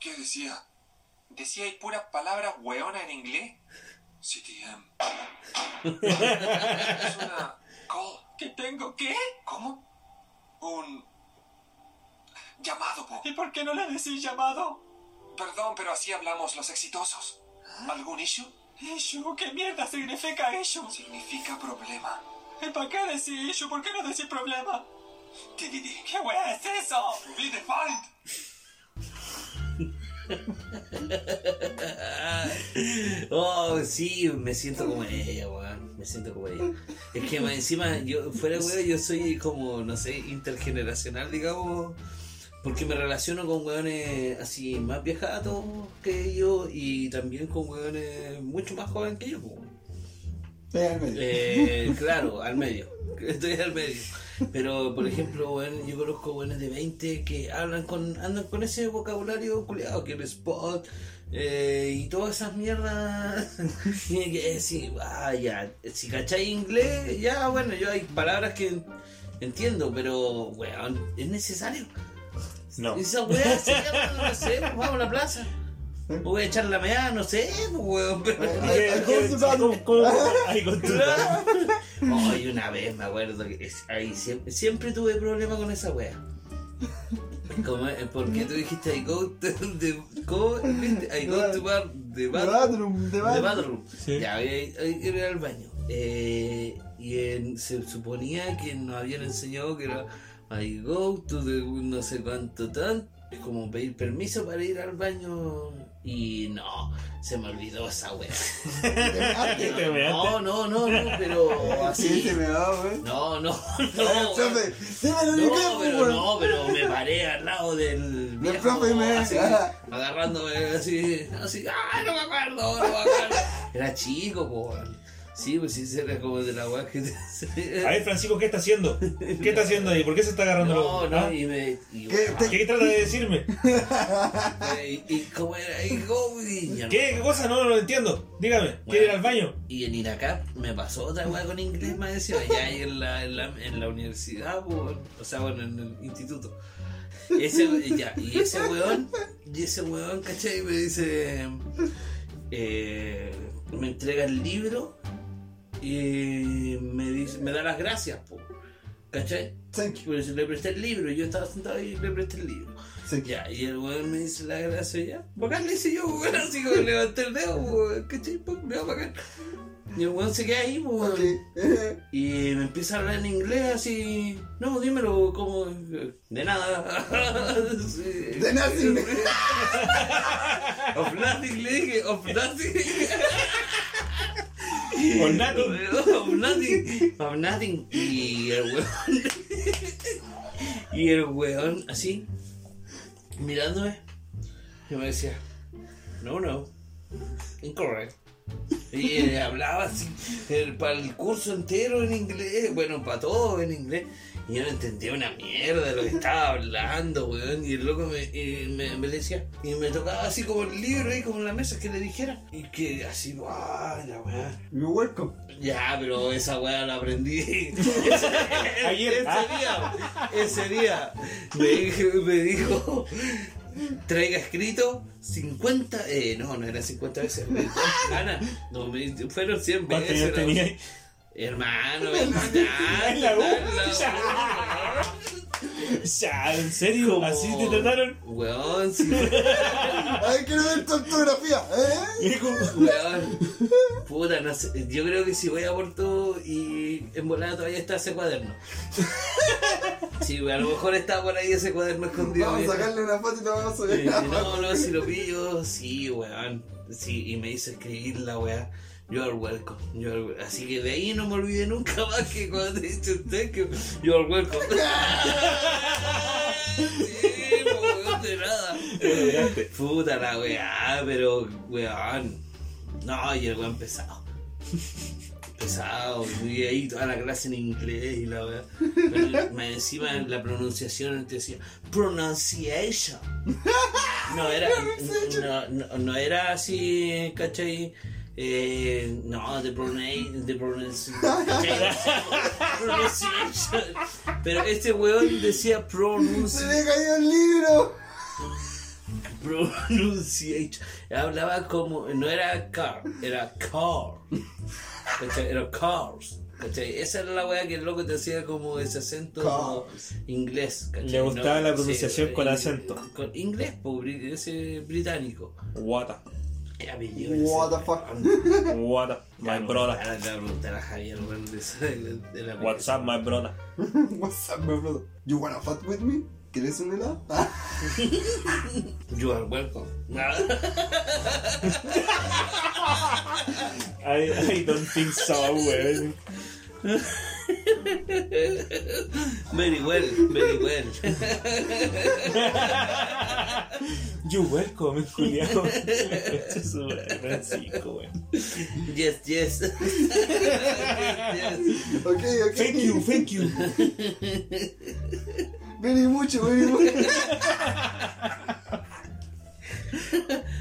[SPEAKER 9] ¿Qué decía? Decía hay puras palabras weona en inglés. CTM. es una call. ¿Qué tengo? ¿Qué? ¿Cómo? Un llamado, po. ¿Y por qué no le decís llamado? Perdón, pero así hablamos los exitosos. ¿Algún issue? ¿Issue? ¿Qué mierda significa issue? Significa problema. ¿Y para qué decir issue? ¿Por qué no decir problema? TDD. ¿Qué weá es eso? Be defined.
[SPEAKER 3] Oh, sí, me siento como ella, weón. Me siento como ella. Es que más encima, yo, fuera weón, yo soy como, no sé, intergeneracional, digamos. Porque me relaciono con weones así más viejatos que yo y también con weones mucho más jóvenes que yo. po.
[SPEAKER 4] Pega al medio.
[SPEAKER 3] Eh, claro, al medio. Estoy al medio. Pero, por ejemplo, weón, yo conozco weones de 20 que hablan con, andan con ese vocabulario culiado, que el spot eh, y todas esas mierdas. Tiene que decir, vaya, si cachai inglés, ya bueno, yo hay palabras que entiendo, pero, weón, es necesario.
[SPEAKER 2] No.
[SPEAKER 3] Esa weá se llama, no sé, pues, vamos a la plaza. Voy a echar la meada, no sé, pues, weón, pero.
[SPEAKER 4] Ay, ay,
[SPEAKER 2] ¿Qué-
[SPEAKER 4] con
[SPEAKER 2] qué-
[SPEAKER 4] su pan.
[SPEAKER 2] cómo- cómo- ay, con tu pan.
[SPEAKER 3] Hoy Oh, una vez me acuerdo que es- ahí siempre, siempre tuve problema con esa wea. Como, eh, ¿Por qué tú dijiste I go to the, go, viste? I go to bar, the
[SPEAKER 4] De
[SPEAKER 3] bathroom?
[SPEAKER 4] bathroom, de
[SPEAKER 3] The
[SPEAKER 4] bathroom.
[SPEAKER 3] bathroom.
[SPEAKER 2] Sí.
[SPEAKER 3] Ya, ahí- ahí era el baño. Eh, y en- se suponía que nos habían enseñado que era I go to the no sé cuánto tan, es como pedir permiso para ir al baño. Y no, se me olvidó esa wea.
[SPEAKER 2] ¿Te measte?
[SPEAKER 3] No, no, no, no, pero
[SPEAKER 4] Sí,
[SPEAKER 3] así.
[SPEAKER 4] Oh, se me va, wey.
[SPEAKER 3] No, no, no.
[SPEAKER 4] Ay, profe, dímelo
[SPEAKER 3] No,
[SPEAKER 4] en inglés,
[SPEAKER 3] pero
[SPEAKER 4] wey.
[SPEAKER 3] no, pero me paré al lado del
[SPEAKER 4] Del
[SPEAKER 3] viejo,
[SPEAKER 4] profe me-
[SPEAKER 3] así,
[SPEAKER 4] ah.
[SPEAKER 3] agarrándome así, así, ah, no me acuerdo, no me acuerdo. Era chico, po. Sí, pues sí, era como de la weá que
[SPEAKER 2] A ver, Francisco, ¿qué está haciendo? ¿Qué está haciendo ahí? ¿Por qué se está agarrando
[SPEAKER 3] No,
[SPEAKER 2] la-
[SPEAKER 3] no,
[SPEAKER 2] ¿Ah?
[SPEAKER 3] y me. Y,
[SPEAKER 4] ¿Qué te-
[SPEAKER 2] ¿Qué trata de decirme?
[SPEAKER 3] y, y cómo era, y cómo, y ya no-
[SPEAKER 2] ¿Qué, ¿Qué cosa? No, no lo entiendo. Dígame, ¿quiere ir al baño?
[SPEAKER 3] Y en Iracap me pasó otra weá con inglés, me decía, allá y en la, en la, en la universidad, po, o sea, bueno, en el instituto. Y ese, y ya, y ese weón, y ese weón, ¿cachai? Me dice, eh, me entrega el libro y me, dice, me da las gracias, po, ¿cachai?
[SPEAKER 4] Thank you,
[SPEAKER 3] Pues le presté el libro, y yo estaba sentado y le presté el libro.
[SPEAKER 4] thank you.
[SPEAKER 3] Ya, y el weón me dice la gracia ya. Bacán le hice yo, weón, así como levanté el dedo, weón, ¿cachai? Pum, ya, bacán. Y el weón se queda ahí, pues, weón.
[SPEAKER 4] Ok. Eh,
[SPEAKER 3] Y me empieza a hablar en inglés así. No, dímelo, como. De nada.
[SPEAKER 4] De
[SPEAKER 3] De
[SPEAKER 4] nothing.
[SPEAKER 3] Of nothing, le dije, of nothing.
[SPEAKER 2] Con Nato.
[SPEAKER 3] Of nothing. Of nothing. Y el weón. Y el weón así, mirándome. Y me decía, no, no. Incorrect. Y eh, hablaba así, el- para el curso entero en inglés, bueno, para todo en inglés. Y yo no entendía una mierda de lo que estaba hablando, weón. Y el loco me, y me, me decía, y me tocaba así como el libro ahí, como en la mesa, que le dijera. Y que así, ¡ah, la weá!
[SPEAKER 4] You're welcome.
[SPEAKER 3] Ya, pero esa weá la aprendí. Ese,
[SPEAKER 2] Ayer. Ah,
[SPEAKER 3] ese día, ese día, me, dije- me dijo, traiga escrito 50, eh, no, no eran 50 veces. me dijo, Ana, no, me, dijo, fueron 100
[SPEAKER 2] ¿Cuántos
[SPEAKER 3] veces.
[SPEAKER 2] años
[SPEAKER 3] la
[SPEAKER 2] tenía
[SPEAKER 3] weá.
[SPEAKER 2] ahí?
[SPEAKER 3] Hermano, ya,
[SPEAKER 2] En la U.
[SPEAKER 3] ya.
[SPEAKER 2] Ya, ¿en serio?
[SPEAKER 3] Como-
[SPEAKER 2] ¿Así te trataron?
[SPEAKER 3] Weón, sí,
[SPEAKER 4] Ay, quiero ver tu ortografía, eh.
[SPEAKER 3] weón. Puta, no sé. Yo creo que si voy a Porto y en volada todavía está ese cuaderno. Sí, weón, a lo mejor está por ahí ese cuaderno escondido.
[SPEAKER 4] Vamos a
[SPEAKER 3] weón.
[SPEAKER 4] sacarle una foto y la vamos a subir.
[SPEAKER 3] Eh, no, no, si lo pillo, sí, weón. Sí, y me hizo escribir la weá. You are welcome. you are wel- Así que de ahí no me olvidé nunca más que cuando te dicho usted que you are welcome. sí, weón, de nada. Puta la weá, pero weón. No, y el weón pesado. Pesado, y ahí toda la clase en inglés y la weá. Pero me encima en la pronunciación él te decía pronunciation. No era, no, no, no era así, ¿cachai? Eh, no, de Brunei, de pronunciation. Pero este weón decía
[SPEAKER 4] Se
[SPEAKER 3] pronunciation.
[SPEAKER 4] le cayó el libro.
[SPEAKER 3] Pronunciation. Hablaba como. No era car, era car. ¿Cachai? Era cars. ¿Cachai? Esa era la wea que el loco te hacía como ese acento como
[SPEAKER 4] Cars.
[SPEAKER 3] inglés. ¿cachai?
[SPEAKER 2] Le gustaba la pronunciación con
[SPEAKER 3] eh,
[SPEAKER 2] acento.
[SPEAKER 3] Con inglés, po, bri- ese británico.
[SPEAKER 2] Wata.
[SPEAKER 3] Era brillo ese
[SPEAKER 4] What the fuck.
[SPEAKER 2] Wata. My brother.
[SPEAKER 3] Ahora te voy a preguntar a Javier, weón, de esa- de- de la-
[SPEAKER 2] What's up, my brother?
[SPEAKER 4] What's up, my brother? You wanna fuck with me? ¿Quieres un helado? Ah,
[SPEAKER 3] You are welcome.
[SPEAKER 2] I, I don't think so, weón.
[SPEAKER 3] Very well, very well.
[SPEAKER 2] You welcome, Julián. Su madre, Este Francisco, weón.
[SPEAKER 3] Yes, yes. yes.
[SPEAKER 4] Ok, ok.
[SPEAKER 2] Thank you, thank you.
[SPEAKER 4] Very mucho, very mucho.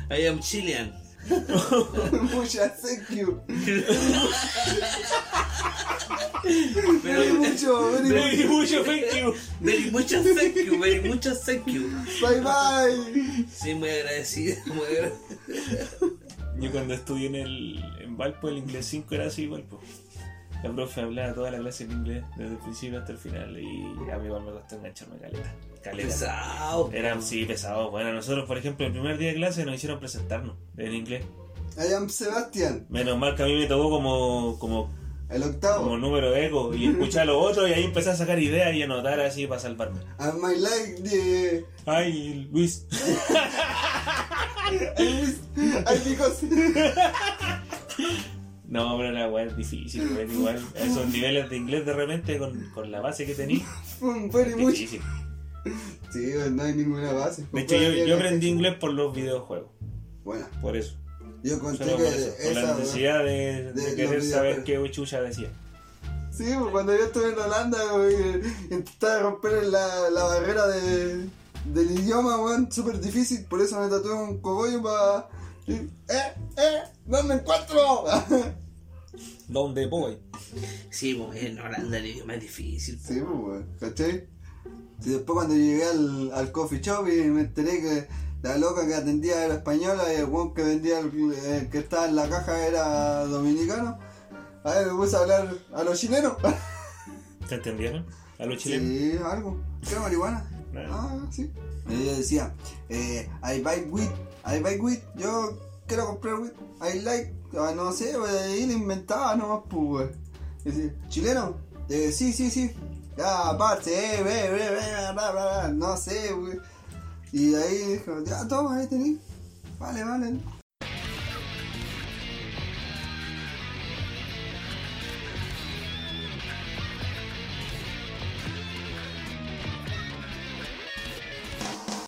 [SPEAKER 3] I am Chilean.
[SPEAKER 4] Muchas, thank you. Very
[SPEAKER 3] Very,
[SPEAKER 4] mucho, very
[SPEAKER 2] Thank you, mucho, thank you.
[SPEAKER 3] very muchas thank you, very muchas thank you.
[SPEAKER 4] mucho. Bye bye.
[SPEAKER 3] Sí, muy agradecido, muy agradecido.
[SPEAKER 2] Yo cuando estudié en el en Valpo, el inglés 5 era así igual, pues. La profe hablaba toda la clase en inglés, desde el principio hasta el final, y a mí igual me costó engancharme caleta. Caleta.
[SPEAKER 3] Pesado.
[SPEAKER 2] Eran, sí, pesados. Bueno, nosotros, por ejemplo, el primer día de clase nos hicieron presentarnos en inglés.
[SPEAKER 4] I am Sebastian,
[SPEAKER 2] Menos mal que a mí me tocó como, como,
[SPEAKER 4] el
[SPEAKER 2] como
[SPEAKER 4] octavo.
[SPEAKER 2] número de ego y escuchar a los otros y ahí empecé a sacar ideas y anotar así para salvarme.
[SPEAKER 4] And my like the.
[SPEAKER 2] Ay, Luis.
[SPEAKER 4] I because.
[SPEAKER 2] No, pero la weá es difícil, weón. Igual, esos niveles de inglés de repente con, con la base que tenía,
[SPEAKER 4] Very mucho.
[SPEAKER 2] difícil.
[SPEAKER 4] Sí, no hay ninguna base.
[SPEAKER 2] De hecho, yo, yo aprendí inglés por los videojuegos,
[SPEAKER 4] Bueno,
[SPEAKER 2] por eso.
[SPEAKER 4] yo conté
[SPEAKER 2] Solo
[SPEAKER 4] que
[SPEAKER 2] por eso. Por la
[SPEAKER 4] esa.
[SPEAKER 2] necesidad de, de
[SPEAKER 4] de
[SPEAKER 2] querer
[SPEAKER 4] los
[SPEAKER 2] saber qué
[SPEAKER 4] videojuegos.
[SPEAKER 2] chucha decía.
[SPEAKER 4] Sí, pues cuando yo estuve en Holanda, güey, intentaba romper la, la barrera de, del idioma, weón, súper difícil, por eso me tatué un cogollo para... ¡Eh, eh! ¡No me encuentro!
[SPEAKER 2] ¿Dónde voy?
[SPEAKER 3] Sí, pues en Holanda el idioma es difícil.
[SPEAKER 4] sí, pues, weón, ¿cachai? Y después cuando llegué al, al coffee shop y me enteré que la loca que atendía era española y el weón que vendía, el, el que estaba en la caja era dominicano, ahí me puse a hablar a los chilenos.
[SPEAKER 2] ¿Te entendieron? A los chilenos.
[SPEAKER 4] Sí, algo. ¿Qué era marihuana?
[SPEAKER 2] Nada.
[SPEAKER 4] Ah, sí. Ella decía, eh, I buy weed, I buy weed, yo quiero comprar weed, I like, ah, no sé, pues, ahí le inventaba nomás, pues, güey. Decía, chileno, eh, sí, sí, sí, ya, aparte, eh, ve, ve, ve, bla, bla, bla, no sé, güey. Y ahí dijo, ya, toma, ahí tení, vale, vale.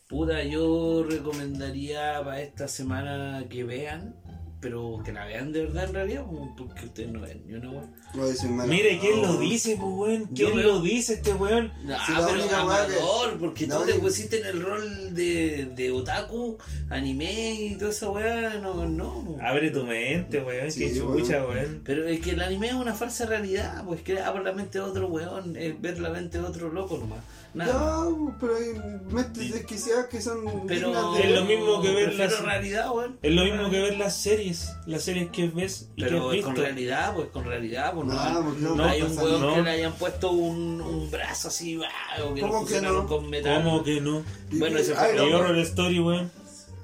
[SPEAKER 3] Puta, yo recomendaría para esta semana que vean, pero que la vean de verdad en realidad, como porque ustedes no ven ni una weá.
[SPEAKER 4] Lo dice mi hermano.
[SPEAKER 2] Mire, ¿quién
[SPEAKER 4] No.
[SPEAKER 2] lo dice, pues, weón?
[SPEAKER 3] Yo
[SPEAKER 2] ¿Quién
[SPEAKER 3] veo-
[SPEAKER 2] lo dice este weón?
[SPEAKER 3] Ah,
[SPEAKER 4] Sí, la
[SPEAKER 3] pero
[SPEAKER 4] única weá que-
[SPEAKER 3] amador, porque
[SPEAKER 4] la
[SPEAKER 3] tú te
[SPEAKER 4] única-
[SPEAKER 3] pusiste en el rol de, de otaku, anime y toda esa weá, no, no.
[SPEAKER 2] Abre tu mente, weón.
[SPEAKER 4] Sí,
[SPEAKER 2] qué chucha, weón.
[SPEAKER 3] Pero es que el anime es una falsa realidad, pues creada por la mente de otro weón, es ver la mente de otro loco nomás. Nada.
[SPEAKER 4] No, pero hay mentes desquiciadas que son dignas
[SPEAKER 3] pero
[SPEAKER 2] Es lo mismo que ver
[SPEAKER 3] prefiero
[SPEAKER 2] las-
[SPEAKER 3] realidad, weón.
[SPEAKER 2] Es lo mismo que ver las series. Las series que ves y
[SPEAKER 3] Pero
[SPEAKER 2] que has
[SPEAKER 3] es con
[SPEAKER 2] visto.
[SPEAKER 3] realidad, pues con realidad, pues no.
[SPEAKER 4] Ah, pues no,
[SPEAKER 3] no hay un
[SPEAKER 4] pasa-
[SPEAKER 3] hueón
[SPEAKER 2] no.
[SPEAKER 3] que le hayan puesto un, un brazo así, bah, o que lo
[SPEAKER 4] ¿Cómo que
[SPEAKER 3] fusionaron
[SPEAKER 4] no?
[SPEAKER 3] con metal.
[SPEAKER 2] ¿Cómo que no?
[SPEAKER 3] Bueno, ese
[SPEAKER 4] Ay,
[SPEAKER 3] fue
[SPEAKER 2] The
[SPEAKER 4] no,
[SPEAKER 2] Horror Story, weón.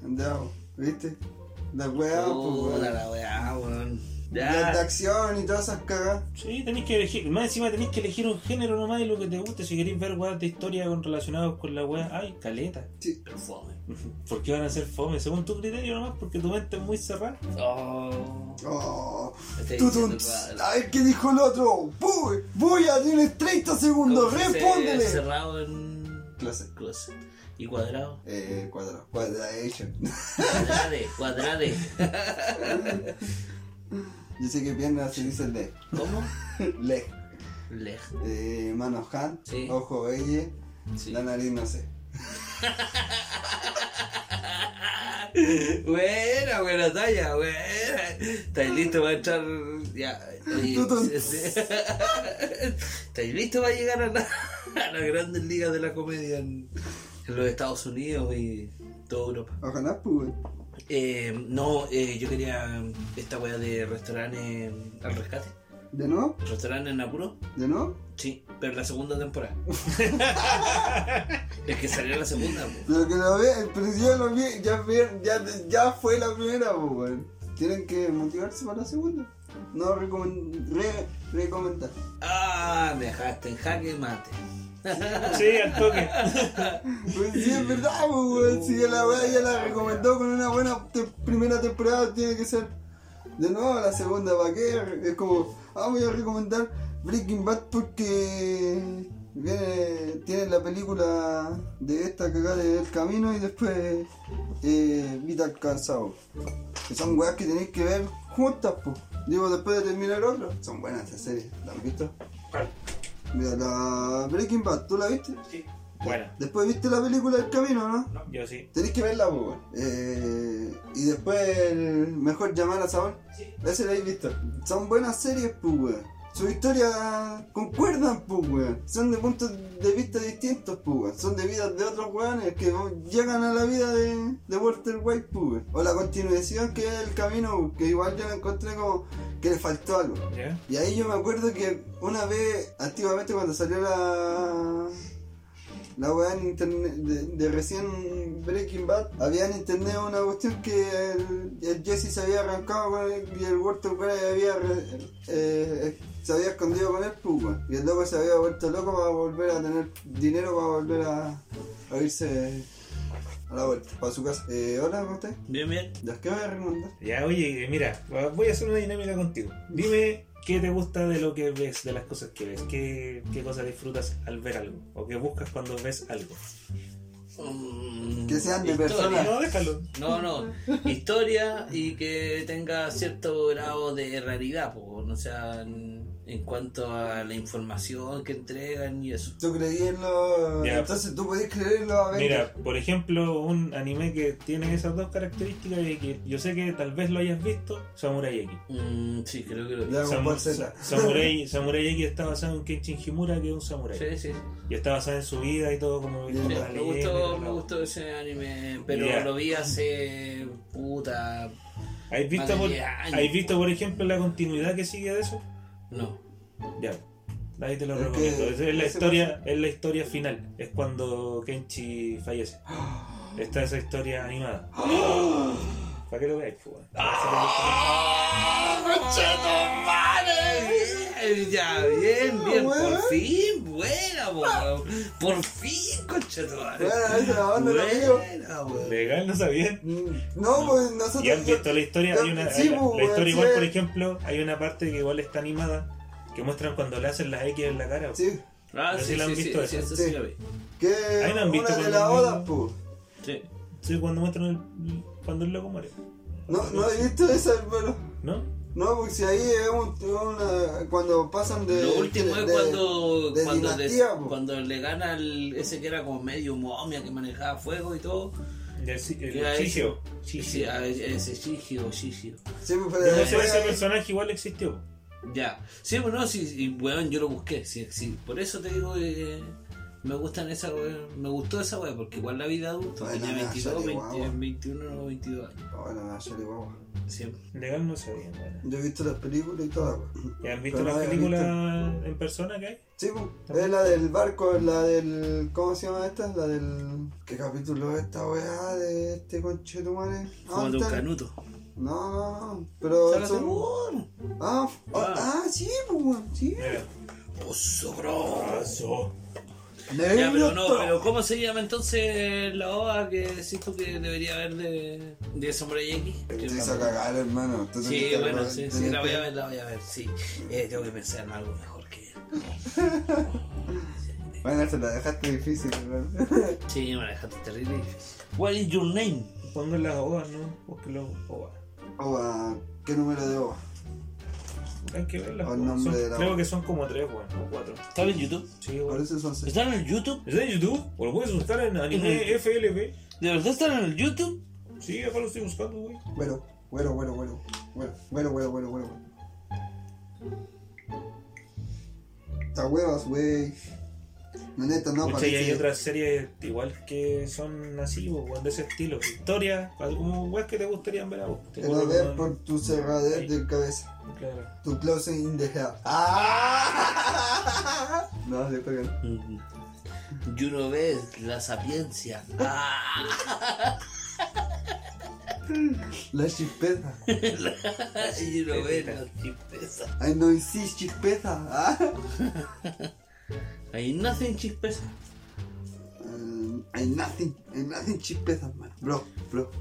[SPEAKER 4] Andado, ¿viste? La weá, pues,
[SPEAKER 3] Puta
[SPEAKER 4] weón.
[SPEAKER 3] la weá, weón.
[SPEAKER 4] Las de
[SPEAKER 3] Ya.
[SPEAKER 4] acción y todas esas cagas.
[SPEAKER 2] Sí, tenéis que elegir, más encima tenéis que elegir un género nomás de lo que te guste. Si queréis ver weas de historia con, relacionados con la wea, ay, caleta.
[SPEAKER 3] Pero fome.
[SPEAKER 2] ¿Por qué van a ser fome? Según tu criterio nomás, porque tu mente es muy cerrada.
[SPEAKER 3] Oh.
[SPEAKER 4] Oh,
[SPEAKER 3] me estáis
[SPEAKER 4] tutun,
[SPEAKER 3] diciendo,
[SPEAKER 4] a ver qué dijo el otro. Voy, voy, ya tienes 30 segundos,
[SPEAKER 3] ¿cómo se dice
[SPEAKER 4] respóndele.
[SPEAKER 3] Cerrado en
[SPEAKER 4] Clase.
[SPEAKER 3] closet. Y cuadrado.
[SPEAKER 4] Eh, cuadrado, cuadration.
[SPEAKER 3] Cuadrade, cuadrade.
[SPEAKER 4] Yo sé que piernas se dice leg.
[SPEAKER 3] ¿Cómo?
[SPEAKER 4] Leg.
[SPEAKER 3] Lej.
[SPEAKER 4] Eh, mano hand,
[SPEAKER 3] Sí.
[SPEAKER 4] ojo elle,
[SPEAKER 3] Sí.
[SPEAKER 4] la nariz no sé.
[SPEAKER 3] Buena, buena talla, buena. ¿Estáis listo para entrar? Ya. oye,
[SPEAKER 4] Tutun.
[SPEAKER 3] sí, sí. ¿Estáis listo para llegar a la, a las grandes ligas de la comedia en, en los Estados Unidos y toda Europa?
[SPEAKER 4] Ojalá, pues, weón.
[SPEAKER 3] Eh, no, eh, yo quería esta wea de restaurantes al rescate.
[SPEAKER 4] ¿De nuevo?
[SPEAKER 3] ¿Restaurantes en apuro?
[SPEAKER 4] ¿De nuevo?
[SPEAKER 3] Sí, pero la segunda temporada. es que salió la segunda. po.
[SPEAKER 4] Pero que lo ve, pero si ya lo vi, ya, vi- ya, ya fue la primera, pues, weón. Tienen que motivarse para la segunda. No recomen- re- recomendar.
[SPEAKER 3] Ah, me dejaste en jaque mate.
[SPEAKER 2] Sí, al toque.
[SPEAKER 4] Pues sí, es verdad, pues, weón. Si ya la weá ya la recomendó con una buena te- primera temporada, tiene que ser de nuevo la segunda. ¿Para qué? Es como, ah, voy a recomendar Breaking Bad porque viene, tiene la película de esta que de El Camino y después eh, Vital Cansado. Que son weas que tenéis que ver juntas, po. Digo, después de terminar otro. Son buenas esas series, ¿la han visto?
[SPEAKER 2] ¿Cuál?
[SPEAKER 4] Mira, la Breaking Bad, ¿tú la viste?
[SPEAKER 2] Sí. Bueno,
[SPEAKER 4] Después viste la película El Camino, ¿no?
[SPEAKER 2] yo sí.
[SPEAKER 4] Tenéis que verla, pues, weón. Eh, y después el mejor llamar a Saúl. Ese lo habéis visto. Son buenas series, pues, weón. Sus historias concuerdan, pues, weón. Son de puntos de vista distintos, pues, weón. Son de vidas de otros weones que llegan a la vida de, de Walter White, pues, weón. O la continuación que es el camino, que igual yo la encontré como que le faltó algo.
[SPEAKER 2] ¿Ya?
[SPEAKER 4] Y ahí yo me acuerdo que una vez, antiguamente cuando salió la. La weá en internet, de, de recién Breaking Bad, había en internet una cuestión que el, el Jesse se había arrancado con él y el Walter White había, re- eh, se había escondido con él, pues, weón. Y el loco se había vuelto loco para volver a tener dinero, para volver a, a irse a la vuelta, para su casa. Eh, hola, ¿cómo estás?
[SPEAKER 3] Bien, bien.
[SPEAKER 4] ¿Ya qué me voy a recomendar?
[SPEAKER 2] Ya, oye, eh, mira, voy a hacer una dinámica contigo. Dime qué te gusta de lo que ves, de las cosas que ves. ¿Qué, qué cosas disfrutas al ver algo? ¿O qué buscas cuando ves algo?
[SPEAKER 3] Mm,
[SPEAKER 4] Que sean de
[SPEAKER 3] historia.
[SPEAKER 4] personas.
[SPEAKER 2] No, déjalo.
[SPEAKER 3] No, no. Historia y que tenga cierto grado de realidad, po, no sea en, en cuanto a la información que entregan y eso.
[SPEAKER 4] Tú creí en los.
[SPEAKER 2] Ya.
[SPEAKER 4] Entonces tú podés creer en los Avengers.
[SPEAKER 2] Mira, por ejemplo, un anime que tiene esas dos características y que yo sé que tal vez lo hayas visto, Samurai X.
[SPEAKER 3] Mm, sí, creo que lo
[SPEAKER 4] Dragon
[SPEAKER 2] Samu-
[SPEAKER 4] Ball Z.
[SPEAKER 2] Samurai, Samurai X está basado en Kenshin Himura, que es un samurai.
[SPEAKER 3] Sí, sí.
[SPEAKER 2] Y está basado en su vida y todo como...
[SPEAKER 4] Bien.
[SPEAKER 2] como
[SPEAKER 3] Me,
[SPEAKER 2] la
[SPEAKER 3] me
[SPEAKER 2] leyenda y todo
[SPEAKER 3] gustó,
[SPEAKER 2] lo-
[SPEAKER 3] me gustó ese anime, pero
[SPEAKER 2] Ya.
[SPEAKER 3] lo vi hace puta.
[SPEAKER 2] ¿Has visto,
[SPEAKER 3] Más de
[SPEAKER 2] por,
[SPEAKER 3] 10 años.
[SPEAKER 2] ¿Has visto, por ejemplo, la continuidad que sigue de eso?
[SPEAKER 3] No.
[SPEAKER 2] Ya. Ahí te lo
[SPEAKER 4] Es que-
[SPEAKER 2] recomiendo. Es, es la
[SPEAKER 4] ese
[SPEAKER 2] historia, es la historia final. Es cuando Kenshi fallece. Está esa historia animada. ¿Para qué lo veáis, pues?
[SPEAKER 3] Eh, Ya, bien, bien,
[SPEAKER 4] weón.
[SPEAKER 3] por fin, buena, po, weón. por fin, concha de tu madre.
[SPEAKER 4] Bueno, esa es la banda, lo mío.
[SPEAKER 3] Buena, weón.
[SPEAKER 2] Legal, no sabían.
[SPEAKER 4] No, pues nosotros.
[SPEAKER 2] Y han visto la historia. Hay una,
[SPEAKER 4] Sí,
[SPEAKER 2] la, la
[SPEAKER 4] pues,
[SPEAKER 2] historia
[SPEAKER 4] sí,
[SPEAKER 2] igual,
[SPEAKER 4] es-
[SPEAKER 2] por ejemplo, hay una parte que igual está animada. Que muestran cuando le hacen las X en la cara.
[SPEAKER 4] Sí,
[SPEAKER 3] Ah,
[SPEAKER 2] Pero
[SPEAKER 3] sí,
[SPEAKER 2] sí la han
[SPEAKER 3] sí, sí,
[SPEAKER 2] visto
[SPEAKER 3] sí,
[SPEAKER 2] esa.
[SPEAKER 3] eso sí
[SPEAKER 4] Sí.
[SPEAKER 3] lo vi.
[SPEAKER 4] que
[SPEAKER 2] Ahí no han visto
[SPEAKER 4] una
[SPEAKER 2] cuando
[SPEAKER 4] de las
[SPEAKER 2] el niño-
[SPEAKER 4] odas, pues.
[SPEAKER 3] Sí.
[SPEAKER 2] Sí, cuando muestran el, cuando el loco muere.
[SPEAKER 4] No, eh. no he visto esa, hermano.
[SPEAKER 2] ¿No?
[SPEAKER 4] No, porque si ahí es un, una. Cuando pasan de.
[SPEAKER 3] Lo último
[SPEAKER 4] de-
[SPEAKER 3] es
[SPEAKER 4] de-
[SPEAKER 3] cuando,
[SPEAKER 4] de
[SPEAKER 3] cuando, le-
[SPEAKER 4] dinastía, po.
[SPEAKER 3] cuando le gana el, ese que era como medio momia que manejaba fuego y todo.
[SPEAKER 2] El, el
[SPEAKER 3] Ya,
[SPEAKER 2] Shishio.
[SPEAKER 3] Sí, ah.
[SPEAKER 2] Shishio.
[SPEAKER 3] a ese- ese Shigio, Shigio.
[SPEAKER 4] Sí, pues, pero
[SPEAKER 2] Entonces,
[SPEAKER 4] después
[SPEAKER 2] ese
[SPEAKER 4] ahí-
[SPEAKER 2] personaje igual existió.
[SPEAKER 3] Ya. Sí, bueno, sí, y weón, yo lo busqué. Sí, sí. Por eso te digo que me gustan esa weón. Me gustó esa weón, porque igual la vida adulta.
[SPEAKER 4] Bueno,
[SPEAKER 3] tenía
[SPEAKER 4] me
[SPEAKER 3] 22,
[SPEAKER 4] salió
[SPEAKER 3] 20,
[SPEAKER 4] guagua.
[SPEAKER 3] 21 o 22 años.
[SPEAKER 4] Oh, la verdad, yo le guagua.
[SPEAKER 3] Sí.
[SPEAKER 4] Ah,
[SPEAKER 2] Legal no sabían. bueno.
[SPEAKER 4] Yo he visto las películas y todas.
[SPEAKER 2] ¿Ya han visto
[SPEAKER 4] Pero
[SPEAKER 2] las
[SPEAKER 4] no había
[SPEAKER 2] películas en persona que hay?
[SPEAKER 4] Sí, pues. Es la del barco, la del. ¿Cómo se llama esta? La del. ¿Qué capítulo es esta weá de este conchetumare?
[SPEAKER 3] Como de un canuto.
[SPEAKER 4] No, no, no. Pero.
[SPEAKER 3] Sácate,
[SPEAKER 4] son-
[SPEAKER 3] weón.
[SPEAKER 4] Ah, f-
[SPEAKER 3] Uh. Ah.
[SPEAKER 4] ah, sí, pues, weón, sí.
[SPEAKER 2] Mira.
[SPEAKER 3] Pozo grosso. Ya,
[SPEAKER 4] Negro,
[SPEAKER 3] pero no, pero ¿cómo se llama entonces la OVA que decís tú que debería haber de, de Samurai X?
[SPEAKER 4] Te hizo cagar, hermano. Tú tenés
[SPEAKER 3] Sí,
[SPEAKER 4] que
[SPEAKER 3] bueno,
[SPEAKER 4] arreglar-
[SPEAKER 3] sí, sí,
[SPEAKER 4] tenés
[SPEAKER 3] la voy
[SPEAKER 4] que-
[SPEAKER 3] a ver, la voy a ver, sí. Eh, tengo que pensar en algo mejor que...
[SPEAKER 4] Bueno, se la dejaste difícil, hermano.
[SPEAKER 3] Sí, me la dejaste terrible. difícil. What is your name?
[SPEAKER 2] Pongan las ovas, ¿no? Porque las ovas.
[SPEAKER 4] Oba, ¿qué número de oba?
[SPEAKER 2] Hay que verlas.
[SPEAKER 4] Al
[SPEAKER 2] pues.
[SPEAKER 4] Ah, nombre
[SPEAKER 2] Son-
[SPEAKER 4] de la
[SPEAKER 2] creo
[SPEAKER 4] ova.
[SPEAKER 2] que son como tres, bueno, o cuatro.
[SPEAKER 3] ¿Está en YouTube?
[SPEAKER 2] Sí,
[SPEAKER 4] Por
[SPEAKER 2] bueno.
[SPEAKER 4] eso son seis.
[SPEAKER 3] ¿Está en el YouTube?
[SPEAKER 2] ¿Está en YouTube? ¿O lo puedes buscar en anime FLB?
[SPEAKER 3] ¿De verdad está en el YouTube?
[SPEAKER 2] Sí, acá lo estoy buscando, güey.
[SPEAKER 4] Bueno, bueno, bueno, bueno. Bueno, bueno, bueno, bueno, bueno. Está huevas, wey. La neta, no,
[SPEAKER 2] Pucha, y hay
[SPEAKER 4] parece-
[SPEAKER 2] otras series igual que son así, o de ese estilo. Historia, como güey que te gustaría ver a vos. Te
[SPEAKER 4] Pero a
[SPEAKER 2] juro que
[SPEAKER 4] ver
[SPEAKER 2] no-
[SPEAKER 4] por tu cerradez
[SPEAKER 2] Sí.
[SPEAKER 4] de cabeza.
[SPEAKER 2] Claro.
[SPEAKER 4] Tu closet in the hell. ¡Ah! No, se pegan.
[SPEAKER 3] Y uno ve la sapiencia. Ah,
[SPEAKER 4] La chispeza.
[SPEAKER 3] y uno ve la chispeza.
[SPEAKER 4] I no insist chispeza. Ah.
[SPEAKER 3] Hay nothing chispeza.
[SPEAKER 4] Eh, Um, hay nothing, hay nothing chispeza, man. Bro, bro.